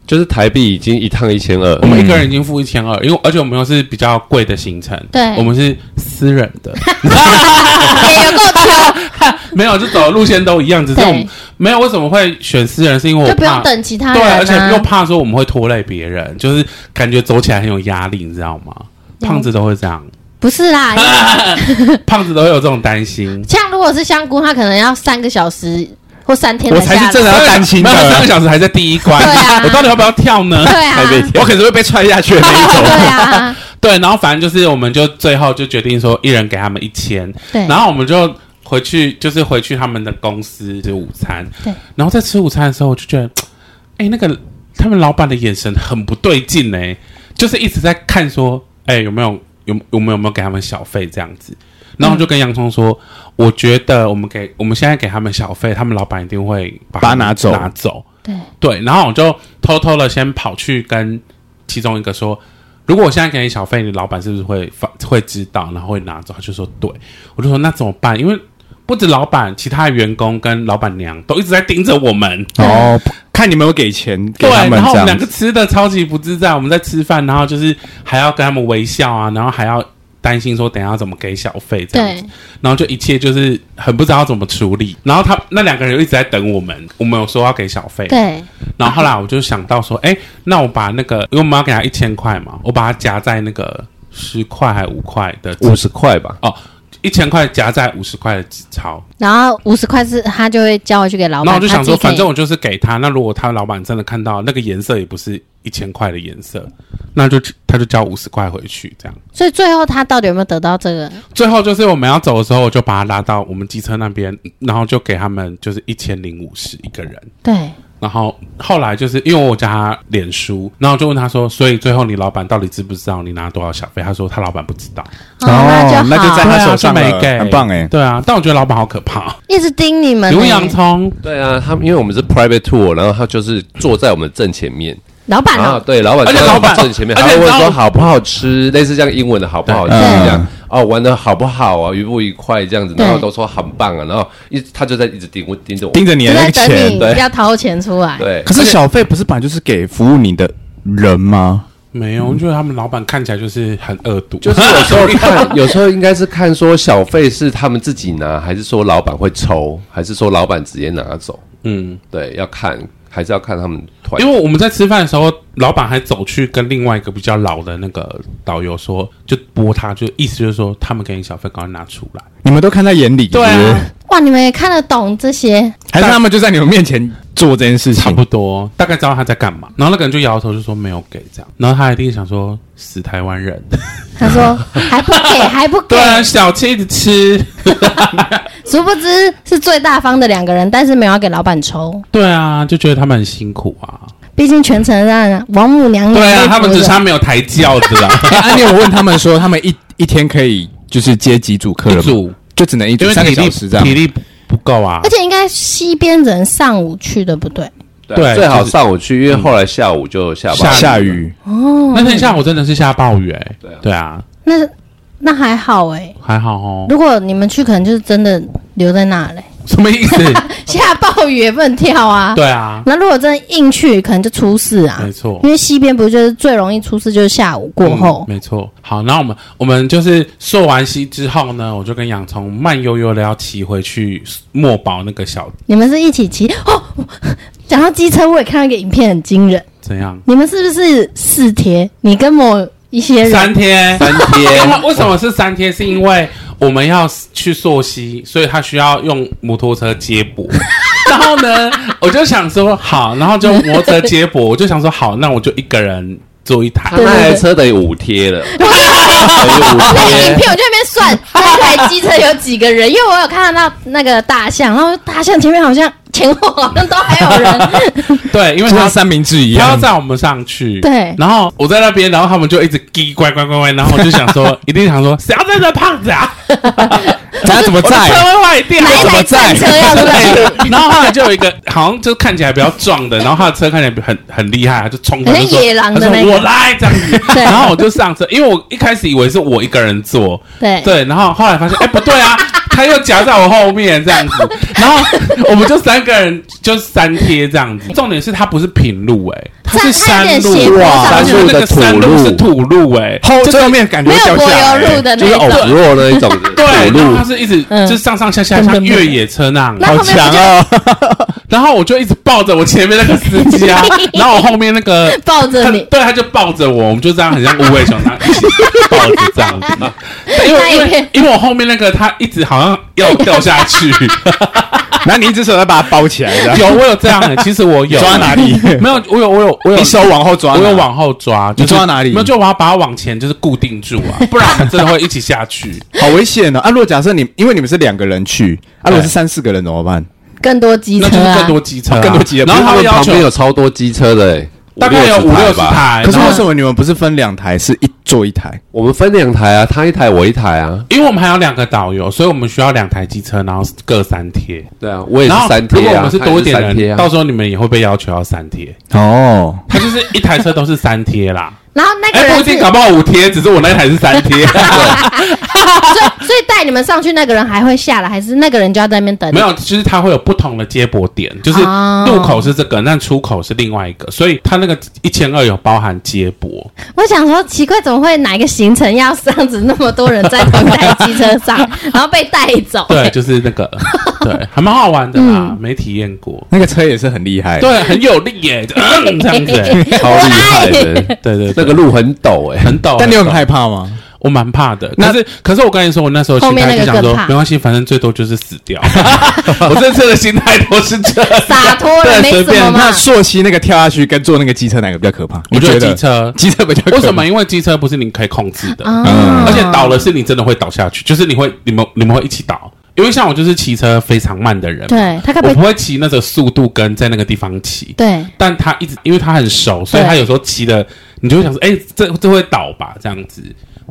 A: 就是台币已经一趟一千二
B: 我，们
D: 嗯
B: 一个人已经付一千二，因为而且我们又是比较贵的行程，
C: 对
B: 我们是私人的，
C: <laughs>
B: <laughs>
C: 哎有够挑，
B: 没有就走的路线都一样，只是我们
C: 对
B: 没有为什么会选私人，是因为我
C: 就不
B: 怕
C: 用等其他
B: 对，而且
C: 人
B: 又
C: 啊。
B: 怕说我们会拖累别人，就是感觉走起来很有压力，你知道吗？
C: 嗯
B: 胖子都会这样，
C: 不是
B: <laughs>
C: 啦，因为
B: 胖子都会有这种担心。
C: 像如果是香菇，他可能要三个小时或三天
D: 我
C: 下
D: 才是
C: 来
D: 真的要担心
B: 没有三个
D: 的，
B: 小时还在第一关，
C: 对啊
B: 我到底要不要跳呢？
C: 对啊，
A: 还没
D: 我可是会被踹下去的那一
C: <laughs>
D: 种。
C: 对啊，
B: 对，然后反正就是我们就最后就决定说，一人给他们一千，
C: 对，
B: 然后我们就回去，就是回去他们的公司吃午餐。
C: 对，
B: 然后在吃午餐的时候，我就觉得，哎、那个他们老板的眼神很不对劲呢、欸就是一直在看说，哎、有没有有有没有有没有给他们小费这样子。然后我就跟洋葱说，我觉得我们给我们现在给他们小费，他们老板一定会把
D: 把它
B: 他们
D: 拿走
B: 拿走。
C: 对，
B: 对，然后我就偷偷的先跑去跟其中一个说，如果我现在给你小费，你老板是不是会发会知道，然后会拿走？他就说对，我就说那怎么办？因为不止老板，其他的员工跟老板娘都一直在盯着我们。
D: 哦，看你们有给钱给
B: 对
D: 他，们
B: 然后我
D: 这
B: 们
D: 样
B: 两个吃的超级不自在，我们在吃饭，然后就是还要跟他们微笑啊，然后还要担心说等一下要怎么给小费这样子
C: 对，
B: 然后就一切就是很不知道怎么处理。然后他那两个人又一直在等我们，我们有说要给小费，
C: 对，
B: 然后后来我就想到说，哎，那我把那个，因为我们要给他一千块嘛，我把它夹在那个十块还五块的
A: 五十块吧，
B: 哦，一千块夹在五十块的纸钞，
C: 然后五十块是他就会交回去给老
B: 然后
C: 板，
B: 我就想说，
C: 他
B: 反
C: 自己
B: 正
C: 可以
B: 我就是给他。那如果他老板真的看到那个颜色也不是一千块的颜色，那就他就交五十块回去这样。
C: 所以最后他到底有没有得到这个？
B: 最后就是我们要走的时候，我就把他拉到我们机车那边，然后就给他们就是一千零五十一个人。
C: 对，
B: 然后后来就是因为我加他脸书，然后就问他说，所以最后你老板到底知不知道你拿多少小费？他说他老板不知道，
C: 哦，那就好，
D: 那就
B: 对
D: 在他
B: 啊
D: 手上
B: 就
D: 了
B: 没给，哎
D: 很棒哎
B: 对啊，但我觉得老板好可怕，
C: 一直盯你们、
B: 你问
C: 欸
B: 洋，葱，
A: 对啊，他们因为我们是 private tour，然后他就是坐在我们正前面，
C: 老板
A: 然后
C: 哦、
A: 对老板坐
B: 而且
A: 在我
B: 老板
A: 们正前面，
B: 而
A: 他
B: 且
A: 会问
B: 你知道
A: 说好不好吃，类似这样英文的好不好吃
D: 对
A: 这样，哦玩的好不好啊，愉不愉快这样子，
C: 对
A: 然后都说很棒啊，然后一他就在一直盯我盯着我，
D: 盯着你的
C: 就在
D: 那个
C: 等
D: 钱
C: 你。
A: 对
C: 要掏钱出来。
A: 对，
D: 可是小费不是本来就是给服务你的人吗？
B: 没有，我觉得他们老板看起来就是很恶毒，
A: 就是有时候看，有时候应该是看说小费是他们自己拿，还是说老板会抽，还是说老板直接拿走？
B: 嗯，
A: 对，要看，还是要看他们团。
B: 因为我们在吃饭的时候，老板还走去跟另外一个比较老的那个导游说，就拨他，就意思就是说他们给你小费，赶快拿出来。
D: 你们都看在眼里，
B: 对啊
D: 是不是
C: 哇，你们也看得懂这些？
D: 还是他们就在你们面前做这件事情？
B: 差
D: <laughs>
B: 不多，大概知道他在干嘛。然后那个人就摇头，就说没有给这样。然后他一定想说死台湾人，
C: 他
B: <laughs>
C: 说还不给，还不给
B: 对，啊，小气一直吃，
C: 殊不知是最大方的两个人，但是没有要给老板抽，
B: 对啊，就觉得他们很辛苦啊。
C: 毕竟全程让王母娘娘
B: 对啊，
C: 被
B: 他们
C: 俘
B: 只
C: 虏
B: 差没有抬轿子 <laughs> 啦，
D: 哎安妮，我问他们说，他们一一天可以就是接几组客人
B: 啊一
D: 吗？
B: 组，
D: 就只能一
B: 因
D: 组
B: 为
D: 三个
B: 体
D: 小
B: 力
D: 时这样
B: 体。力不不够啊
C: 而。且应该西边人上午去，对不对？
B: 对
A: 最好
B: 就是
A: 上午去，因为后来下午就下班。
D: 下雨，
C: 嗯
B: 那天下午真的是下暴雨哎
A: 对啊，
B: 对啊，
C: 那那还好哎、
B: 还好哦。
C: 如果你们去，可能就是真的留在那嘞、
B: 什么意
C: <laughs>
B: 思？ <laughs>
C: 下暴雨也不能跳啊。
B: 对啊，
C: 那如果真的硬去，可能就出事啊
B: 没。错。嗯
C: 因为西边不是就是最容易出事，就是下午过后。
B: 没错。好，那我们我们就是溯完溪之后呢，我就跟洋葱慢悠悠的要骑回去墨宝那个小
C: 你们是一起骑哦。讲到机车，我也看到一个影片，很惊人。
B: 怎样？
C: 你们是不是四贴？你跟某一些 <laughs> 人
B: 三天，
A: 三
B: 因
A: 天，
B: <laughs> 为为什么是三天？是因为我们要去溯溪，所以他需要用摩托车接驳。然后呢，我就想说好，然后就摩托车接驳，我就想说好，那我就一个人坐一台
A: 他。那台车等于五贴了，等于五
C: 那个影
A: 贴。
C: 片，我就在那
B: <laughs>
C: 边算这台机车有几个人，因为我有看到那那个大象，然后大象前面好像前后好像都还
B: <laughs>
C: 有人，
B: 对，因为
D: 就
B: 他
D: 像三明治一
B: 他要
D: 样。
B: 载我们上去，
C: 对
B: 然后我在那边，然后他们就一直叽乖乖乖乖，然后我就想说，一定想说，谁要载这胖子啊？
D: 咱怎么
B: 我的车
D: 在？
B: 会坏掉。
C: 哪一台战车要出
B: <laughs>
C: 来？
B: 对然后后来就有一个好像就看起来比较壮的，然后他的车看起来很很厉害，他就冲过来
C: 很
B: 就
C: 像
B: 说：“
C: 野狼的
B: 他
C: 那
B: 说
C: 个
B: 我来这样子。”
C: 对
B: 然后我就上车，因为我一开始以为是我一个人坐，
C: 对
B: 对，然后后来发现，哎，不对
C: <laughs>
B: 啊，他又夹在我后面这样子，然后我们就三个人就三贴这样子。重点是它不是平路，哎，它是
C: 这样它
B: 山
C: 有点
B: 路
C: 斜，坡
A: 哇
B: 山
A: 上去
B: 路那个山路是
A: 山路的
B: 土路，哎，
D: 后最后面感觉
C: 没
D: 会
C: 有
D: 掉
C: 柏
D: 下
C: 油路
D: 来。
C: 的
A: 就
C: 那
A: 是偶
C: 种。
A: 若那一种
B: 对，
A: 土
B: 然后
A: 路
B: 它，是一直
C: 嗯
B: 就上上下下像越野车那样，
C: 那
D: <laughs>
C: 后面不就
D: 哦！
B: 然后我就一直抱着我前面那个司机
C: <laughs>
B: 啊，然后我后面那个
C: 抱着
B: 他
C: 你？
B: 对，他就抱着我，我们就这样很像无尾熊那样一起抱着这
C: <laughs>
B: 样子。因
C: 那
B: 为
C: 一
B: 因为
C: 片
B: 因为我后面那个他一直好像要掉下
C: <laughs>
B: 去，
D: 然后你一只手要把它包起来，这样
B: 有我有这样、欸，其实我有
D: <laughs> 抓哪里？
B: 没有，我有我有我有
D: 一手往后抓，
B: 我有往后啊抓，就是
D: 你抓哪里
B: 没有，就我要把它往前就是固定住
C: <laughs>
B: 啊，不然我们真的会一起下去。
D: 好危险哦！啊，如果假设你因为你们是两个人去，啊，如果是
B: 哎
D: 三四个人怎么办？
C: 更多机
B: 那
C: 车
B: 就是更
C: 啊！
B: 多机车、啊，
D: 更多机车
B: 然后
A: 他
B: 他会
A: 们
B: 要
A: 旁
B: 求
A: 边有超多机车的欸，
B: 大概有五六十
A: 吧。
B: 台，
D: 可是
B: 然后
D: 为什么你们不是分两台，是一坐一台？
A: 我们分两台啊，他一台我一台啊。
B: 因为我们还有两个导游，所以我们需要两台机车，然后各三贴。
A: 对啊，我也是
B: 然后
A: 三
B: 如
A: 贴
B: 果我
A: 啊，
B: 们是
A: 他也
B: 多一点
A: 三贴
B: 人，
A: 啊
B: 到时候你们也会被要求要三贴。
D: 哦，
B: 他就是一台车都是三贴啦，
C: 然后那个
B: 哎、不
C: 人
B: 一定
C: 是，
B: 搞不好五贴，只是我那台是三贴。
C: 所以所以带你们上去那个人还会下来，还是那个人就要在那边等？
B: 没，有，就是它会有不同的接驳点，就是
C: 哦
B: 路口是这个，但出口是另外一个，所以它那个一千二有包含接驳。
C: 我想说奇怪，怎么会哪一个行程要这样子那么多人在同一台机车
B: <laughs>
C: 上，然后被带走？
B: 对，就是那个，对，还蛮好玩的啦，没体验过。
D: 那个车也是很厉害，，
B: 对，很有力耶，就嗯这样子耶，
C: <laughs>
A: 啊超厉害的， <laughs>
B: 对对对，
A: 那个路很陡哎、
D: <laughs>
B: 很陡。
D: 但你有
B: 很陡
D: 很害怕吗？
B: 我蛮怕的。
D: 那
B: 可是可是我跟你说，我那时候心
C: 后面
B: 态
C: 那
B: 就
C: 个
B: 想说
C: 更怕，
B: 没关系，反正最多就是死
C: <laughs>
B: 掉。我这次的心态都是这样。
C: 洒脱
B: 哎
C: 了，没
D: 随
C: 什么
D: 便。那
C: 嘛。
D: 溯溪那个跳下去跟坐那个机车哪个比较可怕？
B: <laughs> 我
D: 你
B: 觉
D: 觉
B: 得机
D: 得
B: 车，
D: 机车比较可怕
B: 为什么？？因为机车不是你可以控制的，
C: 啊
B: 而且倒了是你真的会倒下去，就是你会你们你们会一起倒。因为像我就是骑车非常慢的人，
C: 对他该
B: 我
C: 被
B: 不会骑那个速度跟在那个地方骑。
C: 对
B: 但他一直因为他很熟，所以
C: 对
B: 他有时候骑的，你就会想说，哎、这这会倒吧，这样子，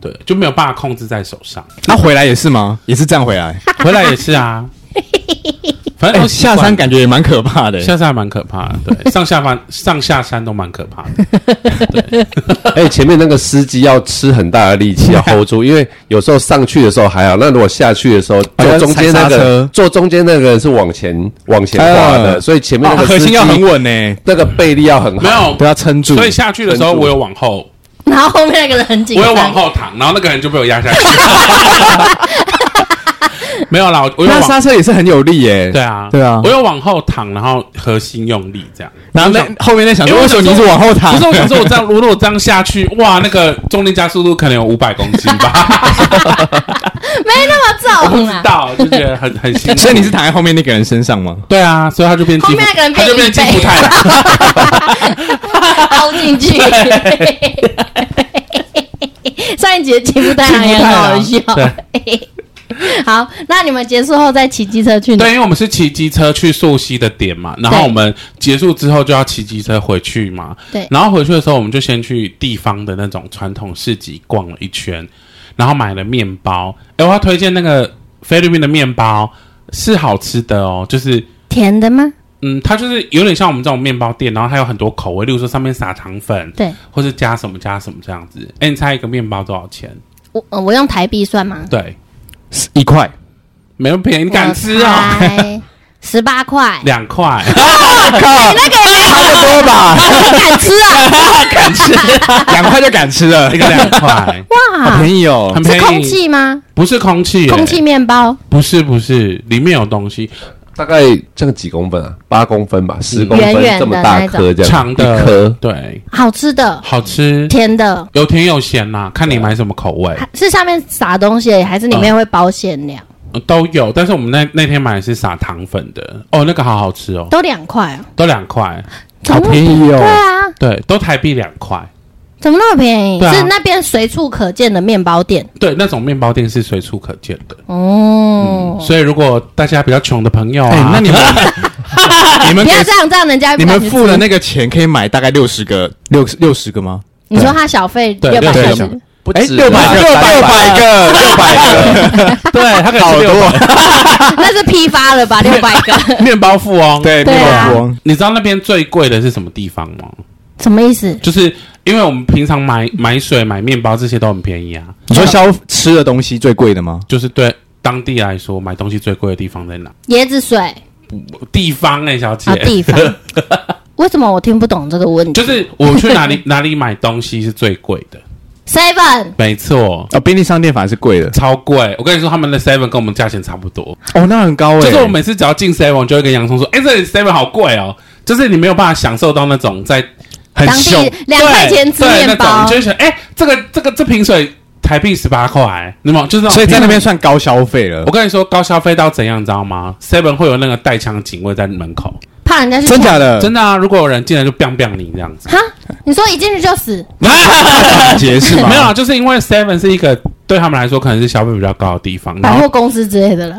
B: 对，就没有办法控制在手上。
D: 那回来也是吗？也是这样回来？
B: 回来也是
C: <laughs>
B: 啊，反正
D: 哎
B: 都习惯
D: 下山感觉也蛮可怕的。欸
B: 下山还蛮可怕的，
D: <laughs>
B: 对，上下班上下山都蛮可怕的。
A: 哎、前面那个司机要吃很大的力气，要 hold 住，因为有时候上去的时候还好，那如果下去的时候，
D: 要
A: 坐中间那
D: 踩刹
A: 个
D: 车
A: 坐中间那个人是往前往前滑的，
D: 嗯
A: 所以前面
D: 哇
A: 那个
D: 核
A: 司
D: 心
A: 机、
D: 要很稳呢，
A: 那个背力要很好。
B: 没有
D: 都，要撑住。
B: 所以下去的时候
A: 撑住
B: 我有往后，
C: 然后后面那个人很紧
B: 我有往
C: 张，
B: 后躺，然后那个人就被我压下
D: <laughs>
B: 去。没有啦，我我有
D: 那
B: 往
D: 刹车也是很有力耶。
B: 对啊
D: 对啊
B: 我有往后躺，然后核心用力这样。
D: 然后
B: 我想
D: 那后面在想
B: 因
D: 说，
B: 为我
D: 啊为
B: 想
D: 什么你一直往后躺？
B: 不是，我想说，我这样如果我这样下去，哇，那个重力加速度可能有五百公斤
C: <laughs>
B: 吧，
C: 没那么
B: <laughs> 我不
C: 重啊
B: 知
C: 啦。
B: 道，就觉得很很辛苦。
D: <laughs> 所以你是躺在后面那个人身上吗？
B: 对啊，所以他就变
C: 后
B: 肌
C: 面
B: 肤
C: 那个人，
B: 他就变
C: 变
B: 肌
C: 一倍
B: 肤太郎，
C: 凹进去。 <laughs> 上一节节目当然也很好笑。 <laughs> 好，那你们结束后再骑机车去哪？
B: 对，因为我们是骑机车去溯溪的点嘛，然后
C: 对
B: 我们结束之后就要骑机车回去嘛。
C: 对
B: 然后回去的时候，我们就先去地方的那种传统市集逛了一圈，然后买了面包。哎，我要推荐那个菲律宾的面包是好吃的哦，就是
C: 甜的吗？
B: 嗯，它就是有点像我们这种面包店，然后它有很多口味，例如说上面撒糖粉，
C: 对
B: 或是加什么加什么这样子。哎，你猜一个面包多少钱？
C: 我呃我用台币算吗？
B: 对，
D: 一块，
B: 没有便宜，你敢吃啊、
C: 十八
B: <laughs>
C: 块，
B: 两块，
D: 靠，
C: 那个也
D: 差不多吧，
C: 你敢吃啊？
D: 敢吃， <laughs> 两块就敢吃 <laughs> 了，
B: 一个两块，
C: <laughs>
D: 好
C: 哇，
D: 便宜哦
B: 很。
C: 是
B: 便宜。
C: 空气吗？
B: 不是空气耶、
C: 空气面包，
B: 不是不是，里面有东西，
A: 大概这样几公分啊？八公分
D: 嗯
A: 吧，十公
C: 圆圆
A: 分
C: 的
A: 这么大颗这样，
B: 长的
A: 一颗。
B: 对，
C: 好吃的，
B: 好吃，
C: 甜的，
B: 有甜有咸呐、看你买什么口味、
C: 还是上面撒东西而已，还是里面会包馅料？
B: 呃都有。但是我们那那天买的是撒糖粉的，哦，那个好好吃哦，
C: 都两块哦，
B: 都两块，
C: 怎么那么
D: 便宜哦
C: 对啊，
B: 对，都台币两块。
C: 怎么那么便宜？
B: 对啊
C: 是那边随处可见的面包店
B: 对，那种面包店是随处可见的，
C: 哦。
B: 所以如果大家比较穷的朋友啊，
D: <laughs> 哎，那你们 <laughs> 你们
C: 不
D: 可
C: 要
D: 以
C: 这样，这样人家不
D: 你们
C: 敢去
D: 付
C: 吃
D: 了那个钱，可以买大概六十个，六六十个吗？
C: 你说他小费
B: 对
C: 六百
B: 对
C: 六
B: 对
C: 十，
A: 不
D: 哎，
A: 止
D: 六百个，
A: 啊
D: 六百个，六百个，对他
B: 能是
D: 多啊，
C: <laughs> 那是批发了吧？六百
B: <laughs>
C: 个
B: 面包富翁，
D: 对，
C: 对
D: 面
C: 啊
D: 包光。
B: 你知道那边最贵的是什么地方吗？
C: 什么意思？
B: 就是因为我们平常买买水、买面包这些都很便宜啊，
D: 你说消吃的东西最贵的吗？
B: 就是对当地来说，买东西最贵的地方在哪？
C: 椰子水
B: 地方哎、小姐，
C: 啊，地方。为什么我听不懂这个问题
B: 就是我去哪里 <laughs> 哪里买东西是最贵的，
C: ？Seven
B: 没错，
D: 哦，便利商店反而是贵的，
B: 超贵。我跟你说，他们的 Seven 跟我们价钱差不多，
D: 哦，那很高哎。
B: 就是我每次只要进 Seven 就会跟洋葱说：“哎、这里 Seven 好贵哦。”就是你没有办法享受到那种在
D: 很
C: 当
D: 凶
C: 地，两块钱吃
B: 对对
C: 面包
B: 那种，，就是哎、这个这个这瓶水台币十八块，欸那么就是那种
D: 所以在那边。算高消费了
B: 我。跟你说，高消费到怎样，你知道吗？Seven 会有那个带枪警卫在门口，
C: 怕人家去
D: 真假的？
B: 真的啊！如果有人进来就 biang biang 你这样子， <laughs>
C: 哈？你说一进去就死？
D: 的解释吗？ <laughs>
B: 没有啊，就是因为 Seven 是一个对他们来说可能是消费比较高的地方，然
C: 百
B: 后
C: 货公司之类的了。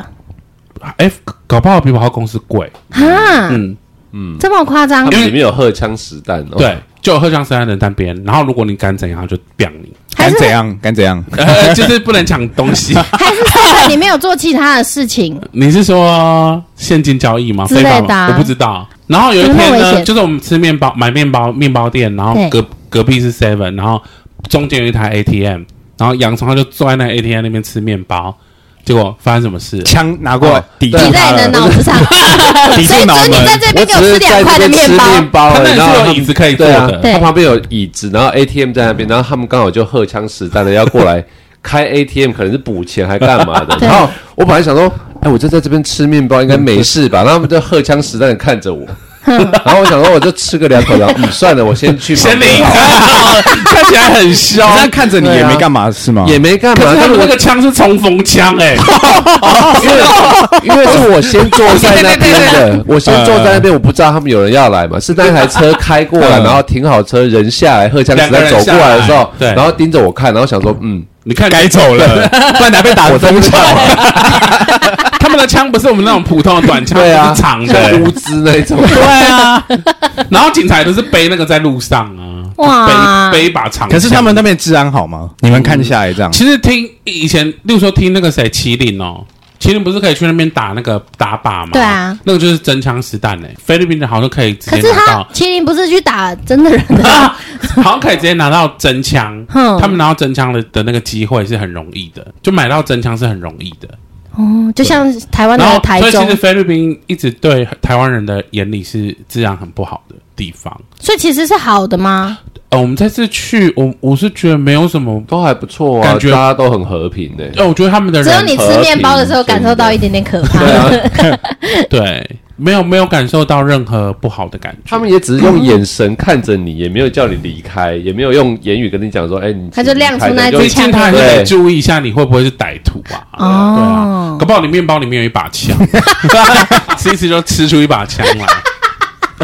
B: 哎、搞不好比百货公司贵，
C: 哈，
B: 嗯，
C: 这么夸张
A: 他？们 <laughs> 里面有荷枪实弹哦。
B: 对，就有荷枪实弹的人在那边，然后如果你敢怎样，他就 biang 你，
C: 还
D: 敢
C: 是
D: 怎样？敢怎样？
B: <laughs> 呃，就是不能抢东西。
C: 还是 Seven 里面有做其他的事情？
B: <laughs> 你是说现金交易吗？
C: 之类的啊
B: 非法吗我不知道。然后有一天
C: 有没有危
B: 呢，
C: 险
B: 就是我们吃面包，买面包，面包店，然后
C: 对
B: 隔隔壁是 Seven，然后中间有一台 ATM，然后洋葱他就坐在那 ATM 那边吃面包，结果发生什么事？
D: 枪拿过来抵住
A: 对
C: 你
D: 他
C: 在你的
D: 了，
C: 脑子上，
D: 抵
C: 所以
D: 住啊脑
C: 所以你在
D: 门。
C: 这
A: 我
C: 边给
A: 只
C: 我
A: 是
C: 吃
A: 在
C: 两块
A: 这
C: 的
A: 边吃
C: 面包，
A: 面包
B: 他
A: 而
B: 那
A: 已，
B: 里
A: 然后
B: 是
A: 他
B: 有椅子可以坐
A: 对啊
B: 的，，
C: 对
A: 他旁边有椅子，然后 ATM 在那边，然后他们刚好就荷枪实弹的要过 <laughs> 来开 ATM，可能是补钱还干嘛 <laughs> 的。
C: 对
A: 然后 <laughs> 我本来想说，哎，我就在这边吃面包，应该没事吧？然后他们就荷枪实弹的看着我，然后我想说，我就吃个两口，然后嗯算了，我先去旁
B: 神
A: 边。
B: 明， <laughs> 看起来很凶
D: 你。这样看着你也没干嘛是吗？
A: 也没干嘛
B: 啊可，是他
A: 但是
B: 们
A: 我
B: 那个枪是冲锋枪哎，
A: 因为因为是我先坐在那边的，我先坐在那边，我不知道他们有人要来
B: 嗯
A: 嘛，是那台车开过来，
D: 嗯
A: 然后停好车，人下来，荷枪实
B: 两个
A: 弹
B: 人
A: 走过来的时
B: 下
A: 候
B: 来，对
A: 然后盯着我看，然后想说，嗯，
B: <laughs> 你看
D: 该走了，不然哪被打
A: 我在啊
D: 疯
A: 这
B: <laughs>
D: 掉。
B: 啊他们的枪不是我们那种普通的 <laughs> 短
A: <laughs>
B: 枪，
A: 对啊，
B: 是长
A: 像
B: 的，
A: 乌兹那一种，
D: 对啊，
B: 然后警察都是背那个在路上啊，
C: 哇
B: 背背一把长枪。
D: 可是他们那边治安好吗？你们看下来这样，
B: 其实听以前，例如说听那个谁麒麟哦，麒麟不是可以去那边打那个打靶吗？
C: 对啊，
B: 那个就是真枪实弹嘞、欸菲律宾人好像可以直
C: 可
B: 接
C: 是
B: 拿
C: 他
B: 到。 <laughs>
C: 麒麟不是去打真的人的
B: 啊，好像可以直接拿到真枪，
C: 哼
B: 他们拿到真枪的的那个机会是很容易的，就买到真枪是很容易的。
C: 哦，就像台湾
B: 然
C: 的
B: 后，
C: 台
B: 所以其实
C: 中，
B: 菲律宾一直对台湾人的眼里是治安很不好的地方。
C: 所以其实是好的吗？
B: 呃，我们这次去，我我是觉得没有什么，
A: 都还不错啊，
B: 感觉
A: 大家都很和平诶。
B: 呃，我觉得他们的
C: 只有
B: 人
C: 你吃面包的时候感受到一点点可怕。 <laughs>
A: 对啊，
B: 对没有没有感受到任何不好的感觉。
A: 他们也只是用眼神看着你，也没有叫你离开，也没有用言语跟你讲说，哎，你
C: 他就亮出那一
A: 你
C: 支
A: 离
B: 毕
A: 开
B: 竟他还是得注意一下你会不会是歹徒啊。对啊，
C: 哦，
B: 搞不好你面包里面有一把
C: <laughs>
B: 枪，吃一吃就吃出一把枪来。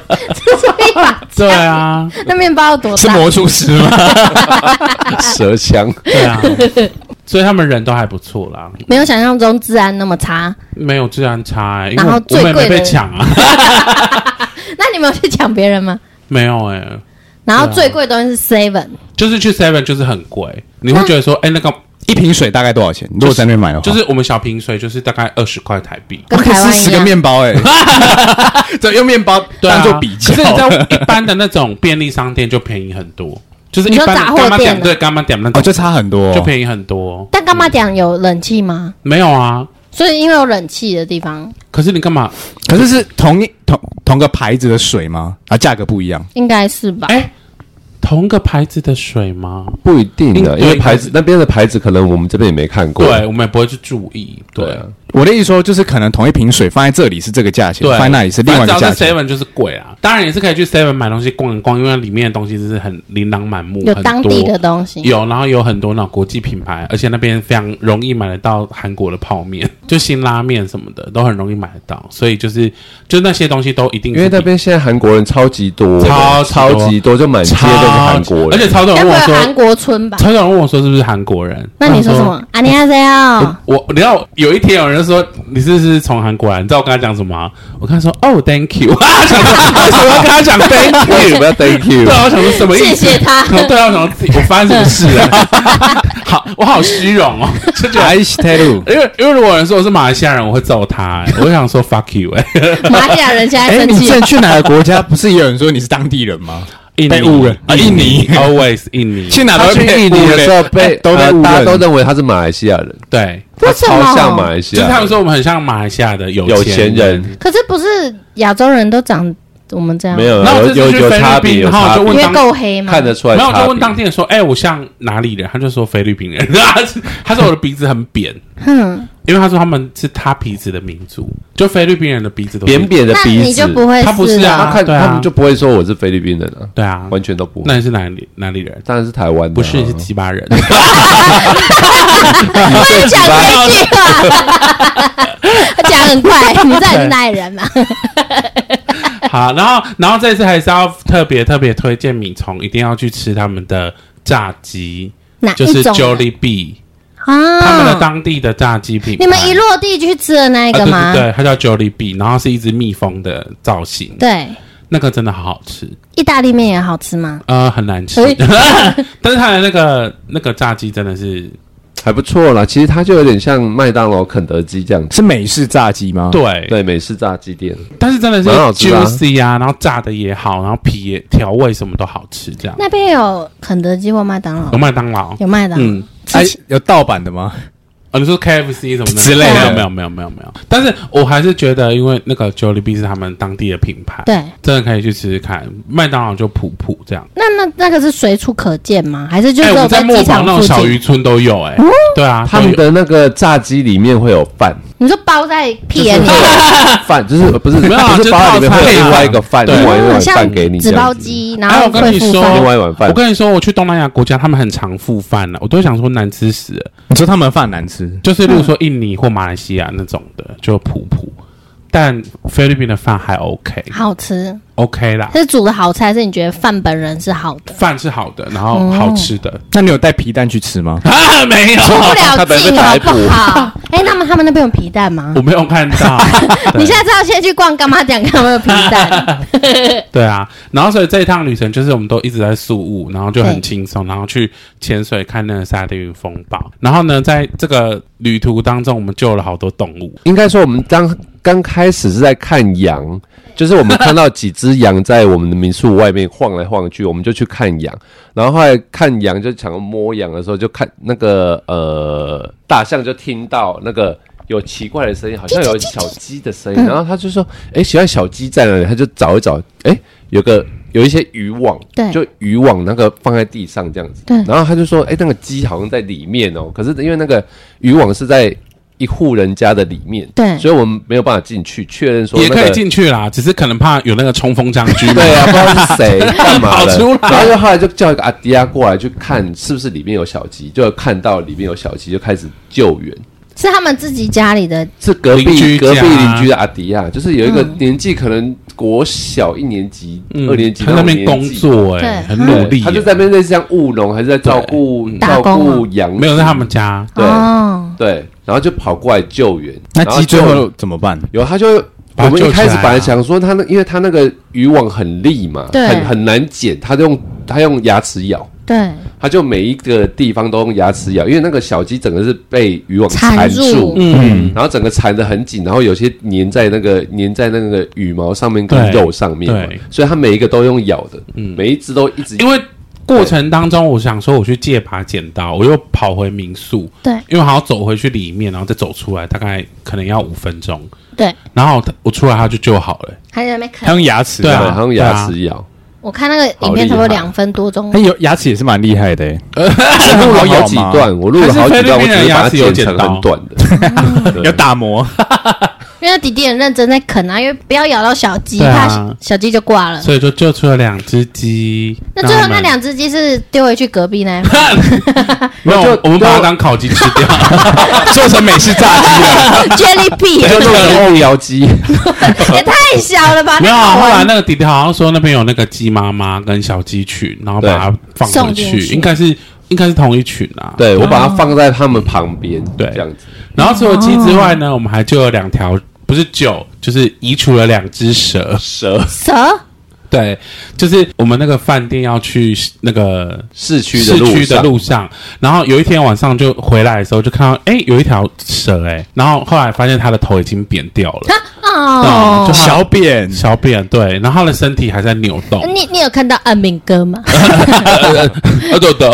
C: 这是一把
B: 对啊，
C: 那面包有多
D: 是
C: 大？
D: 魔术师吗？
A: 就蛇枪，
B: 对啊，所以他们人都还不错啦，
C: 没有想象中治安那么差。
B: 没有治安差、欸，因为
C: 然后
B: 我
C: 最
B: 我们也没
C: 贵的
B: 被抢啊， <laughs>
C: 那你们有去抢别人吗？
B: 没有哎、
C: 然后
B: 对啊
C: 最贵的东西是 seven，
B: 就是去 Seven 就是很贵，你会觉得说，
D: 啊
B: 哎、那个
D: 一瓶水大概多少钱？如果在那边买的话，
B: 就是我们小瓶水就是大概二十块台币。
C: 跟台
D: 是
C: 湾一
D: 十个
C: 样。
D: 面包哎，对，用面包
B: 对啊，
D: 当做比较
B: 可。是你在一般的那种便利商店就便宜很多，就是一
C: 你说
B: 般的
C: 杂货
B: 干妈
C: 店
B: 点
C: 啊
B: 对干妈点那
D: 哦，
B: 种
D: 就差很多哦，
B: 就便宜很多。
C: 但干嘛讲有冷气吗？
B: 没有啊，
C: 所以因为有冷气的地方
B: 可是你干嘛？
D: 可是是同一同同个牌子的水吗？啊，价格不一样。
C: 应该是吧？
B: 哎，同个牌子的水吗？
A: 不一定的，
B: 嗯
A: 因为
B: 对
A: 牌子那边的牌子可能我们这边也没看过。
B: 对，我们也不会去注意。
A: 对
B: 对
A: 啊，
D: 我的意思说，就是可能同一瓶水放在这里是这个价钱，
B: 对，
D: 放在那里是另外一个
B: 反
D: 价
B: 正只要
D: 钱。
B: 是 Seven 就是贵啊，当然也是可以去 Seven 买东西逛一逛，因为里面的东西就是很琳琅满目，
C: 有
B: 很
C: 当地
B: 多
C: 的东西，
B: 有，然后有很多那种国际品牌，而且那边非常容易买得到韩国的泡面， <laughs> 就辛拉面什么的都很容易买得到，所以就是就那些东西都一定
A: 因为那边现在韩国人超级多，
B: 超
A: 超级多，就满街
B: 超
A: 都是韩国人，
B: 而且超多
C: 该
B: 人
C: 不
B: 问我
C: 会有
B: 说，
C: 韩国村吧？
B: 超多人问我说是不是韩国人？
C: 那你说什
B: 我想？
C: 么？안녕하세요。
B: 我你知道有一天有人说你是不是从韩国来？你知道我跟他讲什么吗？我跟他说哦，Thank you <laughs> 啊，想说为什么要跟他讲 Thank
A: <laughs>
B: you？
A: Thank you，不要 Thank you
B: 对。啊，我想说什么意思？
C: 谢谢他
B: <laughs> 对啊，我想说自己我发生什么事了？ <laughs> 好，我好虚荣哦， <laughs> 就觉得
D: 还是
B: <laughs>
D: tell
B: 因为因为如果有人说我是马来西亚人，我会揍他、
A: <laughs>
B: 欸。我想说 fuck you 哎、
C: 马来西亚人现在
D: 哎，
C: 生
D: 你之
C: 气哦
D: 前，去哪个国家？不是也有人说你是当地人吗？
B: 印尼
D: 被误了啊印尼
B: <laughs> always 印尼。
D: 去哪
A: 他
D: 都
A: 去
D: 会被
A: 印尼的时候
D: 误
A: 被
D: 认都
A: 呃
D: 被误
A: 大家都
D: 认。
A: 认为他是马来西亚人，
B: 对，
A: 他
C: 为什么
A: 超像马来西
B: 就是
A: 亚
B: 他们
A: 人，
B: 说我们很像马来西亚的有
A: 啊有
B: 钱
A: 钱人。
C: 可是不是亚洲人都长我们这样？
A: 没有
B: 然后我
A: 有
B: 这次
A: 有
B: 去
A: 有
B: 菲律
A: 差别，
B: 宾
A: 有
B: 然后我
A: 差
B: 就
A: 别
C: 因
B: 问
C: 为
B: 当
C: 够黑嘛。
A: 看得出来
B: 然后
A: 差别。
B: 我就问当地人说：“哎、我像哪里人？”他就说菲律宾人。 <laughs> 他他说我的鼻子很扁，
C: 哼，
B: 因为他说他们是塌鼻子的民族，就菲律宾人的鼻子都是
A: 扁。扁的
C: 那
A: 鼻
C: 你
A: 子
C: 就，不会
B: 他不
C: 是
B: 是啊
A: 他看
B: 对啊
A: 他们就不会说我是菲律宾人啊，
B: 对啊，
A: 完全都不会
B: 那。你是哪里哪里人？
A: 当然是台湾的啊，
B: 不是，你是鸡巴人。 <laughs>
C: 我也讲这一句话，
B: <laughs>
C: 他讲很快，你知道你是哪里人吗？
B: 好，然后然后这次还是要特别特别推荐米虫，一定要去吃他们的炸鸡，
C: 哪
B: 就
C: 一
B: 是
C: 种
B: Jollibee，、
C: 啊？
B: 他们的当地的炸鸡品牌。
C: 你们一落地去吃的那一
B: 啊、
C: 个
B: 对
C: 吗？
B: 对对，它叫 Jollibee，然后是一只蜜蜂的造型，
C: 对
B: 那个真的好好吃，
C: 意大利面也好吃吗？
B: 呃，很难吃
C: 哎，
B: <laughs> 但是它的那个那个炸鸡真的是
A: 还不错啦。其实它就有点像麦当劳、肯德基这样子，
D: 是美式炸鸡吗？
B: 对，
A: 对，美式炸鸡店。
B: 但是真的是
A: 蛮好吃的啊
B: juicy 啊，然后炸的也好，然后皮也调味什么都好吃，这样。
C: 那边有肯德基或麦当劳
B: 有，麦当劳，
C: 有麦当劳。啊
B: 嗯，
C: 吃
D: 哎
C: 起，
D: 有盗版的吗？
B: 哦，你说 KFC 什么的
D: 之类的
B: 没有没有没有没有没有。但是我还是觉得，因为那个 Jollibee 是他们当地的品牌，
C: 对，
B: 真的可以去吃吃看。麦当劳就普普这样。
C: 那那那个是随处可见吗？还是就
B: 哎、
C: 是
B: 我在
C: 在
B: 墨
C: 机
B: 宝
C: 场
B: 那种
C: 附
B: 小渔
C: 近？哦
B: 村都有哎、对啊，
A: 他们的那个炸鸡里面会有饭，
C: 你说包在屁眼里
A: 就，饭就是呃不是
B: 没有啊
A: 不
B: 就是
A: 包里面
B: 套餐
A: 会有
B: 啊
A: 另外一个饭，
B: 对
A: 另外一
C: 很
A: 碗
C: 哦像
A: 饭给你，
C: 纸
A: 这样
C: 包
A: 子
C: 鸡，然
B: 哎
C: 后
B: 我跟
C: 会
B: 你
C: 附
B: 说
A: 另
C: 饭。
A: 外一碗
B: 有。
A: 饭
B: 我。跟你说，我去东南亚国家，他们很常付饭啊了、我都想说难吃死了。
D: 你说他们饭难吃，
B: 就是例如
C: 嗯
B: 说印尼或马来西亚那种的，就普普。但菲律宾的饭还 OK，
C: 好吃，
B: OK
C: <laughs>
B: 啦，
C: 是煮的好吃，还是你觉得饭本人是好的？
B: 饭是好的，然
C: 哦
B: 后好吃的、 <laughs>
D: 那你有带皮蛋去吃吗？
B: 啊，没有，
C: 出不
A: 他
C: 了
A: 本人
C: 境
A: 被逮
C: 好不好？ <laughs> 哎，那么他们那边有皮蛋吗
B: 我？没有看到。对
C: 你现在知道先去逛干妈店看有没有皮
B: <laughs>
C: 蛋？
B: 对啊，然后所以这一趟旅程就是我们都一直在宿务，然后就很轻松，然后去潜水看那个沙丁鱼风暴。然后呢，在这个旅途当中，我们救了好多动物。
A: 应该说我们当刚开始是在看羊，就是我们看到几只羊在我们的民宿外面晃来晃去，我们就去看羊。然后后来看羊就想要摸羊的时候，就看那个呃大象就听到那个。有奇怪的声音，好像有小鸡的声音，
C: 嗯
A: 然后他就说：“哎、喜欢小鸡在哪里？”他就找一找，哎、有个有一些渔网，
C: 对
A: 就渔网那个放在地上这样子，
C: 对
A: 然后他就说：“哎、那个鸡好像在里面哦，可是因为那个渔网是在一户人家的里面，
C: 对
A: 所以我们没有办法进去确认说、
B: 也
A: 那个
B: 可以进去啦，只是可能怕有那个冲
A: <laughs>
B: 锋枪狙。
A: 对啊，不知道是谁干嘛
B: 跑
A: 的，
B: 出来
A: 然后就后来就叫一个阿迪亚过来去看是不是里面有小鸡，就看到里面有小鸡，就开始救援。
C: 是他们自己家里的
A: 是隔壁
B: 邻居家
A: 隔壁邻居的阿迪亚，就是有一个年纪可能国小一年级、
B: 嗯
A: 二年级
B: 他在那边
A: 种
B: 工
A: 年纪
B: 作、
C: 对
B: 哎，很努力、
A: 他就在那边类似像务农，还是在照顾
C: 打
A: 照
C: 工啊
A: 顾羊，
B: 没有在他们家，
A: 对
C: 哦，
A: 对，然后就跑过来救援。
D: 那
A: 然
D: 鸡最
A: 救
D: 后怎么办？
A: 有，他就我
B: 把它
A: 们
B: 救
A: 一
B: 起
A: 开始
B: 来
A: 本来
B: 啊
A: 想说他那，因为他那个渔网很利嘛，
C: 对
A: 很很难剪，他就用他用牙齿咬，
C: 对，
A: 他就每一个地方都用牙齿咬，因为那个小鸡整个是被渔网
C: 缠
A: 缠
C: 住
A: 住，
B: 嗯，
A: 然后整个缠得很紧，然后有些粘在那个粘在那个羽毛上面跟
B: 对
A: 肉上面嘛
B: 对，嗯
A: 所以它每一个都用咬的，每一只都一直
B: 因为过程当中，我想说我去借把剪刀，我又跑回民宿，
C: 对
B: 因为还要走回去里面，然后再走出来，大概可能要五分钟。
C: 对，
B: 然后我出来，他就救好了、
C: 还在那边
D: 他
C: 啃。
D: 用牙齿
B: 对啊
A: 对它用牙齿咬，
C: 我看那个影片差不多两分多钟
B: 哎
D: 他，哎有牙齿也是蛮厉害的欸，
B: 啊
A: 我录了
D: 咬
A: 好几
D: 吗
A: 段，我录了好
B: 还
A: 几
B: 是菲律
A: 段，我
B: 宾
A: 只
B: 人
A: 是把
B: 牙
A: 它
B: 齿有
A: 剪成
B: 剪刀
A: 很短的。 <laughs>
B: <laughs>
D: 有打磨。 <laughs>
C: 因为弟弟很认真在啃啊，因为不要咬到小鸡，
B: 对啊
C: 怕小鸡就挂了。
B: 所以就救出了两只鸡。
C: 那最
B: 让
C: 后
B: 他
C: 那
B: 们
C: 两只鸡是丢回去隔壁那
B: <laughs>
C: 一户
B: 没有，
A: 就
B: 我们把它当烤鸡吃掉，
D: 做成美式炸鸡了。
C: ，Jelly Bee，
A: 就那个欧瑶鸡，
C: 也太小了吧？
B: <laughs> 没有啊。
C: 那
B: 后
C: 个
B: 来那个弟弟好像说那边有那个鸡妈妈跟小鸡群，然后把它放回
C: 送进
B: 去，
C: 去
B: 应该是应该是同一群啊。
A: 对我把它放在他们旁边，
B: 对
A: 这样子。
B: 然后除了鸡之外呢，我们还救了两条，不是救，就是移除了两只蛇。
A: 蛇
B: 哦
C: 蛇，
B: 对，就是我们那个饭店要去那个
A: 市区的
B: 市
A: 路
B: 区的
A: 上， <laughs>
B: 路上，然后有一天晚上就回来的时候，就看到哎、有一条蛇哎、然后后来发现它的头已经扁掉了，
C: 哦
B: 对，
D: 小扁，
B: 小扁对，然后它的身体还在扭动，
C: 你你有看到阿明
B: <laughs>
C: 哥吗？
B: 啊对对，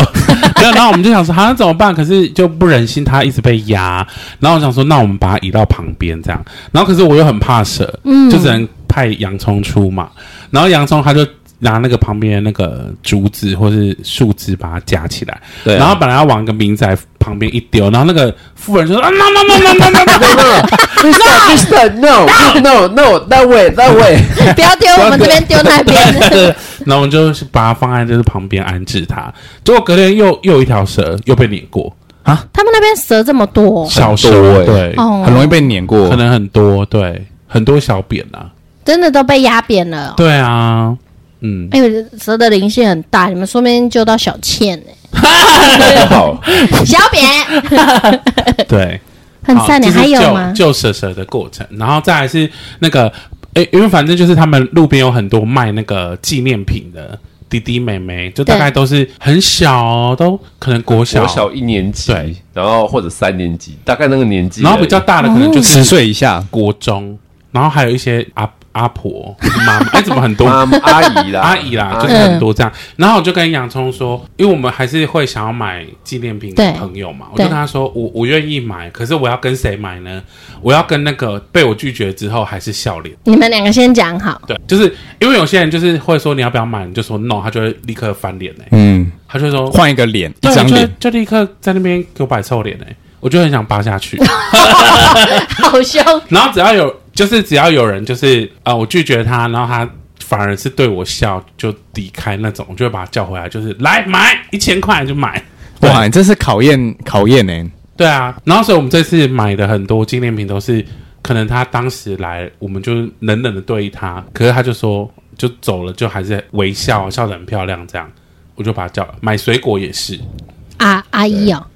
B: 没有然后我们就想说，好、像怎么办？可是就不忍心它一直被压，然后我想说，那我们把它移到旁边这样，然后可是我又很怕蛇，就只能派洋葱出嘛，然后洋葱他就。拿那个旁边的那个竹子或是树枝把它夹起来，
A: 对啊
B: 然后本来要往一个民宅旁边一丢，然后那个妇人就说啊 no no no no no no no， <laughs>
A: Mister No No No That way That way，
C: 不要丢我们这边，丢那边。
B: 对，然后我们就是把它放在就是旁边安置它，结果隔天又又有一条蛇又被碾过，
C: 他们那边蛇这么多
B: 小蛇
A: 欸
B: 对，
C: 哦，
D: 很容易被碾过
B: 可。能很多对，很多小扁啊，
C: 真的都被压扁了哦。
B: 对啊，嗯，
C: 哎，蛇的灵性很大，你们说不定救到小
B: <laughs>
C: 倩呢。
A: 好，
C: 小扁
B: 对，
C: 很
B: 好
C: 善良，
B: 这是
C: 还有
B: 救
C: 吗？
B: 救蛇蛇的过程，然后再来是那个，诶，因为反正就是他们路边有很多卖那个纪念品的弟弟妹妹，就大概都是很小、哦，都可能国小，
A: 国小一年级
B: 对，
A: 然后或者三年级，大概那个年纪而已，
B: 然后比较大的可能就
D: 嗯十
B: 是
D: 岁以下，
B: 国中，然后还有一些阿阿婆、妈妈，哎，怎么
A: <laughs>
B: 很多
A: 妈妈阿姨啦，啊
B: 阿姨
D: 嗯
B: 啦，
A: 阿
B: 就是很多这样。然后我就跟洋葱说，因为我们还是会想要买纪念品给
C: 对
B: 朋友嘛，我就
C: 对
B: 跟他说，我我愿意买，可是我要跟谁买呢？我要跟那个被我拒绝之后还是笑脸。
C: 你们两个先讲好，
B: 对，就是因为有些人就是会说你要不要买，你就说 no，他就会立刻翻脸嘞、
D: 嗯，
B: 他就说
D: 换一个脸，一
B: 对，
D: 张
B: 就
D: 脸，
B: 就立刻在那边给我摆臭脸嘞、欸我就很想扒下去。
C: 好凶，
B: 然后只要有，就是只要有人，就是呃，我拒绝他，然后他反而是对我笑，就离开那种，我就会把他叫回来，就是来买一千块就买。对
D: 哇，你这是考验考验欸呢、
B: 对啊，然后所以我们这次买的很多纪念品都是，可能他当时来，我们就冷冷的对他，可是他就说就走了，就还是微笑，笑得很漂亮这样。我就把他叫买水果也是，
C: 阿阿姨哦，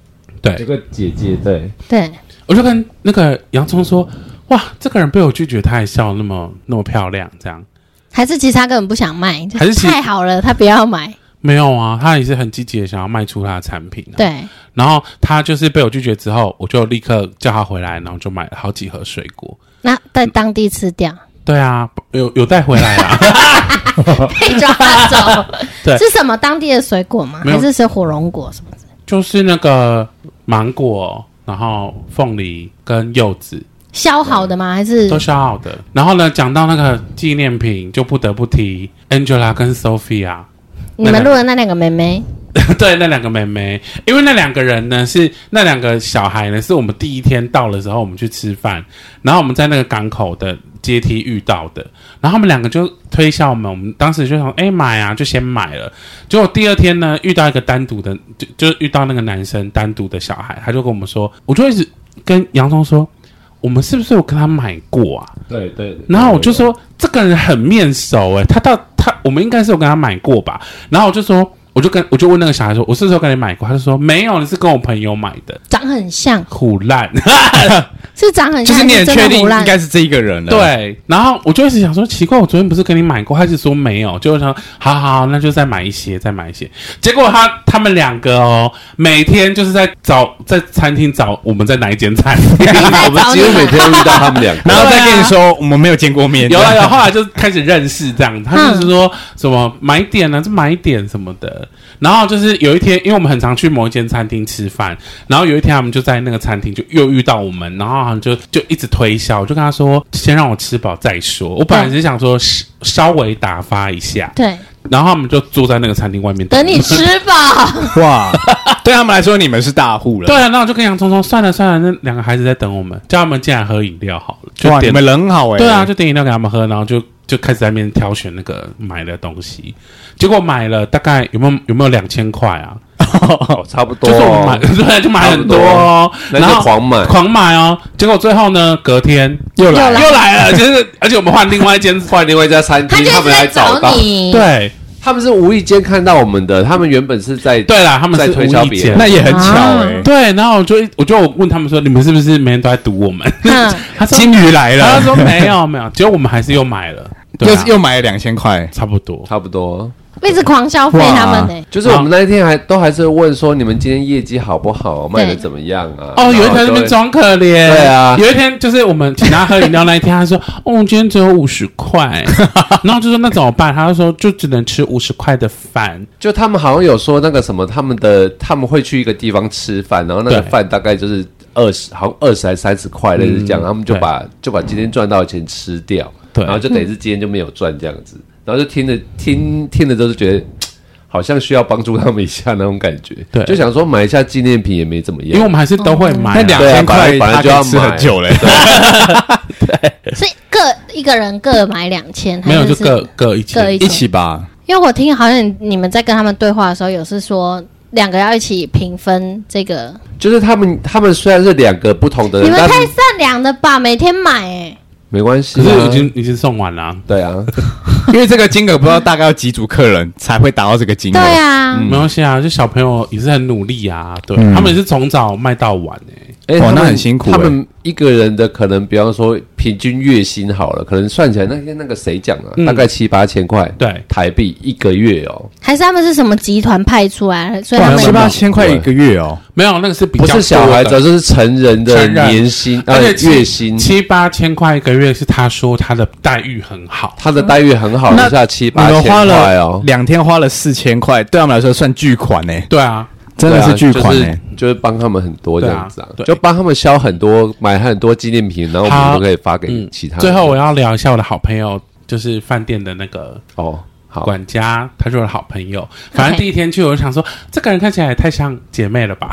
A: 这
B: 对，
A: 个姐姐对，
C: 对，
B: 我就跟那个洋葱说，哇，这个人被我拒绝，他还笑那么那么漂亮这样。
C: 还是其实他根本不想卖，就
B: 还是其
C: 太好了，他不要买，
B: 没有啊，他也是很积极的想要卖出他的产品、啊。，
C: 对，
B: 然后他就是被我拒绝之后，我就立刻叫他回来，然后就买了好几盒水果。
C: 那在当地吃掉，
B: 对啊，有有带回来啊啦。
C: <laughs> 被抓走
B: <laughs> 对，
C: 是什么当地的水果吗？
B: 没有
C: 还是是火龙果什么的？
B: 就是那个芒果，然后凤梨跟柚子
C: 削好的吗？还是
B: 都消耗的。然后呢，讲到那个纪念品，就不得不提 Angela 跟 Sophia。
C: 你们录的那两个妹妹？
B: <laughs> 对，那两个妹妹，因为那两个人呢是那两个小孩呢，是我们第一天到的时候，我们去吃饭，然后我们在那个港口的阶梯遇到的，然后他们两个就推销我们，我们当时就想，哎、买啊，就先买了。结果第二天呢，遇到一个单独的，就就遇到那个男生单独的小孩，他就跟我们说，我就一直跟洋葱说，我们是不是有跟他买过啊？
A: 对对。
B: 然后我就说这个人很面熟哎、他到他我们应该是有跟他买过吧？然后我就说，我就跟我就问那个小孩说，我是不是有跟你买过？他就说没有，你是跟我朋友买的，
C: 长很像，
B: 虎烂。
C: 是长很
D: 就
C: 像，
D: 是你也
C: 还真
D: 确
C: 的
D: 定
C: 胡
D: 应
C: 乱 <laughs>
D: 该是这一个人
B: <laughs>
D: 了。，
B: 对，然后我就一直想说，奇怪，我昨天不是跟你买过？他就说没有，就想好好好，那就再买一些，再买一些。结果他他们两个哦，每天就是在找在餐厅找我们在哪一间餐厅。
A: 我们几乎每天都遇到他们两
B: <laughs>
A: 个，
D: 然后再
B: 对啊
D: 跟你说我们没有见过面，
B: 有
D: 这
B: 啊
D: 样
B: 有，后来就开始认识这样，
C: 嗯
B: 他就是说什么买点啊，就买点什么的。然后就是有一天，因为我们很常去某一间餐厅吃饭，然后有一天他们就在那个餐厅就又遇到我们，然后他们就就一直推销，我就跟他说先让我吃饱再说。我本来只是想说稍稍微打发一下，
C: 对，
B: 然后他们就坐在那个餐厅外面
C: 等你吃饱。
D: 哇，对他们来说你们是大户了。
B: 对啊，然后我就跟洋葱说算了算了，那两个孩子在等我们，叫他们进来喝饮料好了，就
D: 哇，你
B: 点
D: 们人好哎、
B: 对啊，，就点饮料给他们喝，然后就就开始在那边挑选那个买的东西，结果买了大概有没有有没有两千块啊？
A: 哦差不多
B: 就是我们买 <laughs>
A: 哦，
B: 对，就买很多哦，
A: 那
B: 然
A: 就
B: 后
A: 狂买，
B: 狂买哦，结果最后呢，隔天
D: 又来
C: 又
B: 又
D: <laughs>
B: 来了，就是而且我们换另外一间
A: 换另外一家餐
C: 他
A: 厅，
C: 就
A: 他
C: 是
A: 们
C: 在
A: 来找到
C: 找，
B: <laughs>
C: 你，，
B: 对
A: 他们是无意间看到我们的，他们原本是在
B: 对啦，他们
A: 在
B: 是
A: 推销
B: 无意
A: 别
B: 间
A: 人
D: <laughs> 那也很巧
C: 啊
D: 哎、
B: <laughs> 对，然后我就我就问他们说，你们是不是每天都在堵我们？
C: 嗯，
B: 他说
D: 金鱼来
B: 他
D: 了，
B: 说没有没有，结果我们还是又买了，对啊
D: 又又买了两千块，
B: 差不多，
A: 差不多。
C: 一直狂消费他们呢。
A: 就是我们那一天还都还是问说你们今天业绩好不好，卖的怎么样啊？
B: 哦，有一天在那边
A: 装，
B: 装可怜，
A: 对啊
B: 有一天就是我们请他喝饮料那一天，他说：“哦，今天只有五十
A: <laughs>
B: 块。”然后就说：“那怎么办？”他就说：“就只能吃五十块的饭。
A: 就他们好像有说那个什么，他们的他们会去一个地方吃饭，然后那个
B: 对
A: 饭大概就是二十，好像二十还三十块类似这样，
B: 嗯
A: 他们就把就把今天赚到的钱吃掉，”
B: 对，
A: 然后就等于是今天就没有赚这样子，然后就听着听听着都是觉得。嘖好像需要帮助他们一下那种感觉，
B: 对
A: 就想说买一下纪念品也没怎么
B: 因为我
A: 样，
B: 们还是都会买啊、
D: 那两
A: 对啊
D: 千
A: 本
D: 块
A: 来本来
D: 他
A: 就要
D: 可以吃很久嘞、
C: 所以各一个人各买两千，
B: 没有
C: 还
B: 就是各各一
C: 各
B: 千
C: 一
D: <laughs> 一
C: 千。
D: 起吧，
C: 因为我听好像你们在跟他们对话的时候，有是说两个要一起平分这个，
A: 就是他们他们虽然是两个不同的
C: 你
A: 人，
C: 们
A: 但
C: 太善良了吧？每天买哎，
A: 没关系
B: 可
A: 啊，
B: 是已经已经送完了啊、
A: 对啊，
D: 因为这个金额不知道大概要几组客人才会达到这个金额。
C: 对啊，
B: 嗯
A: 嗯
B: 没关系啊，就小朋友也是很努力啊，对、
D: 嗯
B: 他们也是从早卖到晚哎、
A: 哎、他
D: 哇
A: 们
D: 那很辛苦
A: 他
D: 欸
A: 们一个人的可能，比方说平均月薪好了，可能算起来那天那个谁讲啊，
B: 嗯
A: 大概七八千块
B: 对，
A: 台币一个月哦，
C: 还是他们是什么集团派出来的？所以他
D: 哇，
C: 们
D: 七八千块一个月哦，
B: 没有那个是比
A: 不
B: 较
A: 是小孩子，
B: 多的
A: 就是成人的
B: 成人
A: 年薪
B: 而
A: 呃
B: 且其
A: 月薪，
B: 七八千块一个月，是他说他的待遇很好。
A: 他的待遇很好，
D: 那
A: 一下七
D: 你
A: 八
D: 们
A: 千块
D: 花了
A: 哦，
D: 两天，花了四千块，对他们来说算巨款呢，
B: 对啊，
D: 真的是巨
A: 对啊
D: 款欸
A: 就
D: 呢
A: 是。就是帮他们很多这样子啊
B: 欸对啊，对
A: 就帮他们销很多，买很多纪念品，然后我
B: 好嗯
A: 们都可以发给其他人。
B: 最后我要聊一下我的好朋友，就是饭店的那个
A: 哦，好，
B: 管家，他是我的好
A: <laughs>
B: 朋友。反正
C: OK
B: 第一天去，我就想说，这个人看起来也太像姐妹了
A: <laughs>
B: 吧？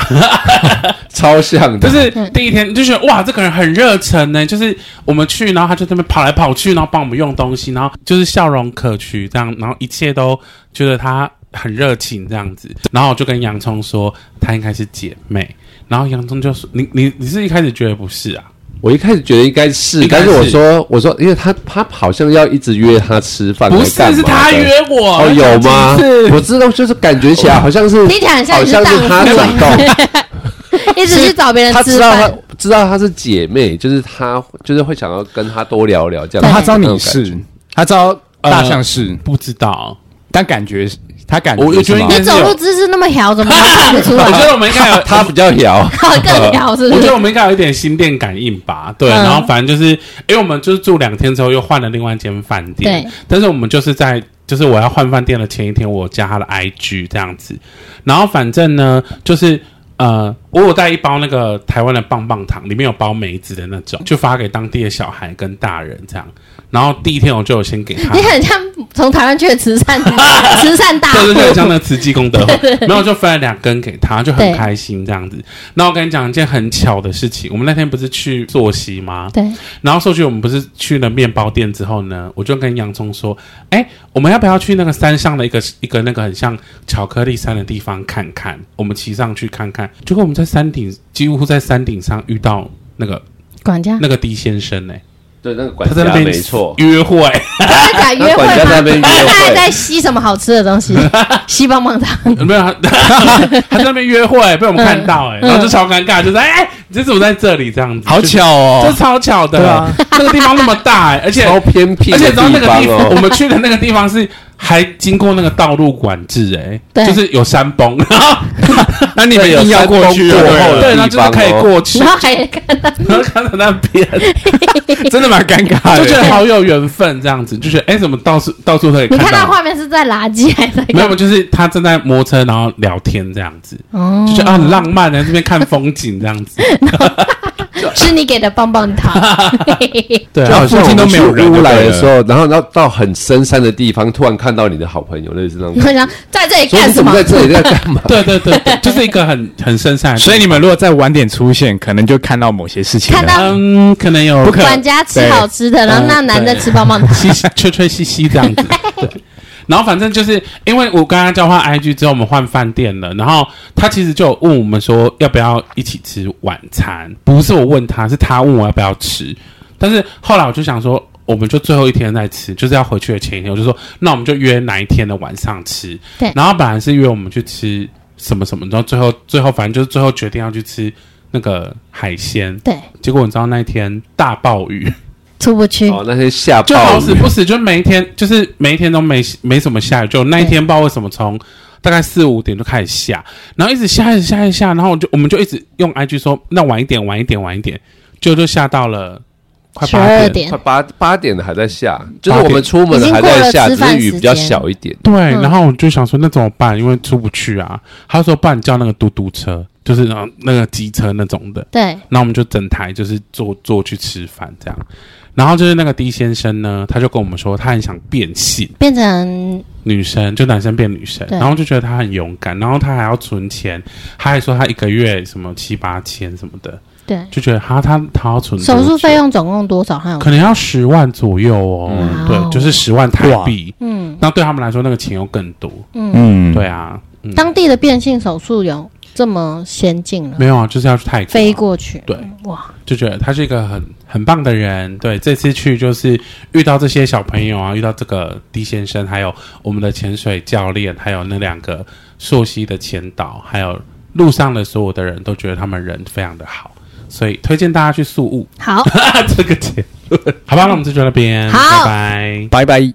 A: 超像的，
B: 就是第一天就觉得哇，这个人很热忱呢。就是我们去，然后他就在那边跑来跑去，然后帮我们用东西，然后就是笑容可掬这样，然后一切都觉得他很热情这样子。然后我就跟洋葱说，她应该是姐妹。然后洋葱就说：“你你你是一开始觉得不是啊？
A: 我一开始觉得应该是，
B: 应该
A: 但
B: 是
A: 是我说我说，因为他他好像要一直约他吃饭，
B: 不
A: 还
B: 是，
A: 干
B: 是
A: 嘛
B: 他
A: 的
B: 约我。
A: 哦，有吗
B: 他讲几次？
A: 我知道，就是感觉起来好像是
C: 听起来很像
A: 好
C: 你是
A: 像是他
C: 荡妇
A: 主
C: <laughs>
A: 动，
C: 一直去找别人
A: 他
C: 吃
A: 知道他
C: 饭，
A: 知道她是姐妹，就是他就是会想要跟他多聊聊这样。
D: 他知道
A: 那
D: 你
A: 种感觉
D: 是，他知道大象是，
B: 不知道。
D: 但感觉是他感觉
B: 我我觉得
D: 是
B: 应
D: 吗
B: 该
C: 你走路姿势那么摇，怎么都看不
B: 我
C: 出来？ <laughs>
B: 觉 <laughs> 得我们应该有
A: 他比较聊，
C: 好更摇是
B: 我
C: 不
B: 觉
C: 是
B: 得？我们应该有一点心电感应吧，对。
C: 嗯
B: 然后反正就是，因为我们就是住两天之后又换了另外一间饭店
C: 对，
B: 但是我们就是在就是我要换饭店的前一天，我加他的 IG 这样子。然后反正呢，就是呃，我有带一包那个台湾的棒棒糖，里面有包梅子的那种，就发给当地的小孩跟大人这样。然后第一天我就有先给他
C: <laughs> 你。很像从台湾去的慈善慈善大
B: <laughs> 对
C: 户
B: 对，对，像那慈济功德会，然后我就分了两根给他，就很开心这样子。那我跟你讲一件很巧的事情，我们那天不是去坐席吗？
C: 对，
B: 然后说去我们不是去了面包店之后呢，我就跟洋葱说，哎，我们要不要去那个山上的一个一个那个很像巧克力山的地方看看？我们骑上去看看。结果我们在山顶，几乎在山顶上遇到那个
C: 管家
B: 那个 D 先生呢、
A: 对那个管
B: 他在那
A: 家
B: 边
A: 没错，
B: 约会，
C: 真的假约会
A: 管家在那
C: 吗？
A: 边约会
C: 他还在吸什么好吃的东西？吸棒棒糖。
B: 没有他他 <laughs> 在那边约会被我们看到哎、
C: 嗯
B: 然后就超尴尬，就是哎、哎你这怎么在这里这样子？
D: 好
B: 就是
D: 巧
B: 这
D: 哦，
B: 超巧的，
D: 对啊
B: 那个地方那么大、 <laughs> 哎而且
A: 超偏僻
B: 而
A: 的地
B: 且你知道那个
A: 方
B: 地方，我
A: 哦。
B: 们去的那个地方是还经过那个道路管制、欸，
C: 对
B: 就是有山 <laughs> 崩，然后
D: 那你
A: 这
D: 们
A: 有
D: 硬要
A: 山
D: 过
A: 东
D: 去
A: 过
D: 就对
A: 后
D: 了，
A: 的
B: 对，然后
A: 地
B: 就是
A: 方
B: 可以
A: 哦
B: 过去
C: 然，后还看到
B: 然后看到那 <laughs> 边
D: <laughs> 真的蛮尴尬
B: 就觉得
D: 的。
B: 好有缘分，这样子就觉得哎、怎么到处到处都可以
C: 你看到
B: 到？
C: 画面是在垃圾还是在
B: 没
C: 干
B: 有，
C: 嘛？
B: 就是他正在摩托车，然后聊天这样子，
C: 哦
B: 就觉得啊很浪漫，在这边看风景这样子，
C: 吃你给的棒棒糖。
B: 对
A: 就
B: 啊，
A: 好像我们
D: 附近都没有
A: 去
D: 人
A: 乌
D: 就
A: 来
D: 对
A: 的
D: 了
A: 时候，然后到到很深山的地方，突然看到你的好朋友，类似那种
C: 你
A: 感觉。
C: 会想在这里
A: 所以
C: 干
A: 你
C: 什
A: 怎么
C: 么？
A: 在这里在干嘛？
B: 对对对，对就是一个很很深山的地方，
D: 所以你们如果再晚点出现，可能就看到某些事情了。
C: 看到
B: 嗯，可能有
D: 不可
C: 管家吃好吃的，然后那男的吃棒棒糖。
B: 嘻嘻吹吹嘻嘻这样子。对，然后反正就是因为我跟他交换 IG 之后，我们换饭店了，然后他其实就有问我们说要不要一起吃晚餐，不是我问他，是他问我要不要吃，但是后来我就想说。我们就最后一天再吃，就是要回去的前一天，我就说那我们就约哪一天的晚上吃。
C: 对
B: 然后本来是约我们去吃什么什么，然后最后最后反正就是最后决定要去吃那个海鲜。
C: 对，
B: 结果你知道那一天大暴雨，
C: 出不去。
A: 哦，那些下
B: 就
A: 暴
B: 好
A: 雨
B: 死，不死，就每一天就是每一天都没没什么下雨，就那一天不知道为什么从大概四五点就开始下，然后一直下，一直下，一直下，然后我就我们就一直用 IG 说那晚一点，晚一点，晚一点，就就下到了快
C: 十
B: 八
C: 二
B: 点，
C: 点
A: 快，八八点了还在下，就是
B: 八
A: 我
B: 点
A: 们出门
C: 已
A: 了
C: 经
A: 还
C: 过
A: 在
C: 了
A: 下，
C: 吃
A: 只是
C: 饭
A: 雨
C: 时
A: 比较
C: 间
A: 小一点。
B: 对，
C: 嗯
B: 然后我就想说那怎么办？因为出不去啊。他说不然你叫那个嘟嘟车，就是那种那个机车那种的，
C: 对，
B: 那我们就整台就是坐坐去吃饭这样。然后就是那个 D 先生呢，他就跟我们说他很想变性。
C: 变成
B: 女生，就男生变女生，
C: 对
B: 然后就觉得她很勇敢，然后她还要存钱，她还说她一个月什么七八千什么的，
C: 对
B: 就觉得哈，她她要存多
C: 手
B: 久
C: 术费用总共多少？还有
B: 可能要十万左右哦，
C: 嗯哇哦
B: 对，就是十万台币。
C: 嗯
B: 那对他们来说，那个钱又更多，
C: 嗯，
D: 嗯，
B: 对啊，嗯
C: 当地的变性手术有这么先进了，
B: 没有啊，就是要去泰国啊
C: 飞过去。嗯
B: 对，
C: 哇，
B: 就觉得他是一个很很棒的人。对，这次去就是遇到这些小朋友啊，遇到这个 D 先生，还有我们的潜水教练，还有那两个溯溪的前导，还有路上的所有的人都觉得他们人非常的好。所以推荐大家去宿务。
C: 好。
B: 这个结论，好吧，那我们就到这边，
C: 好
B: 拜拜。
D: 拜拜。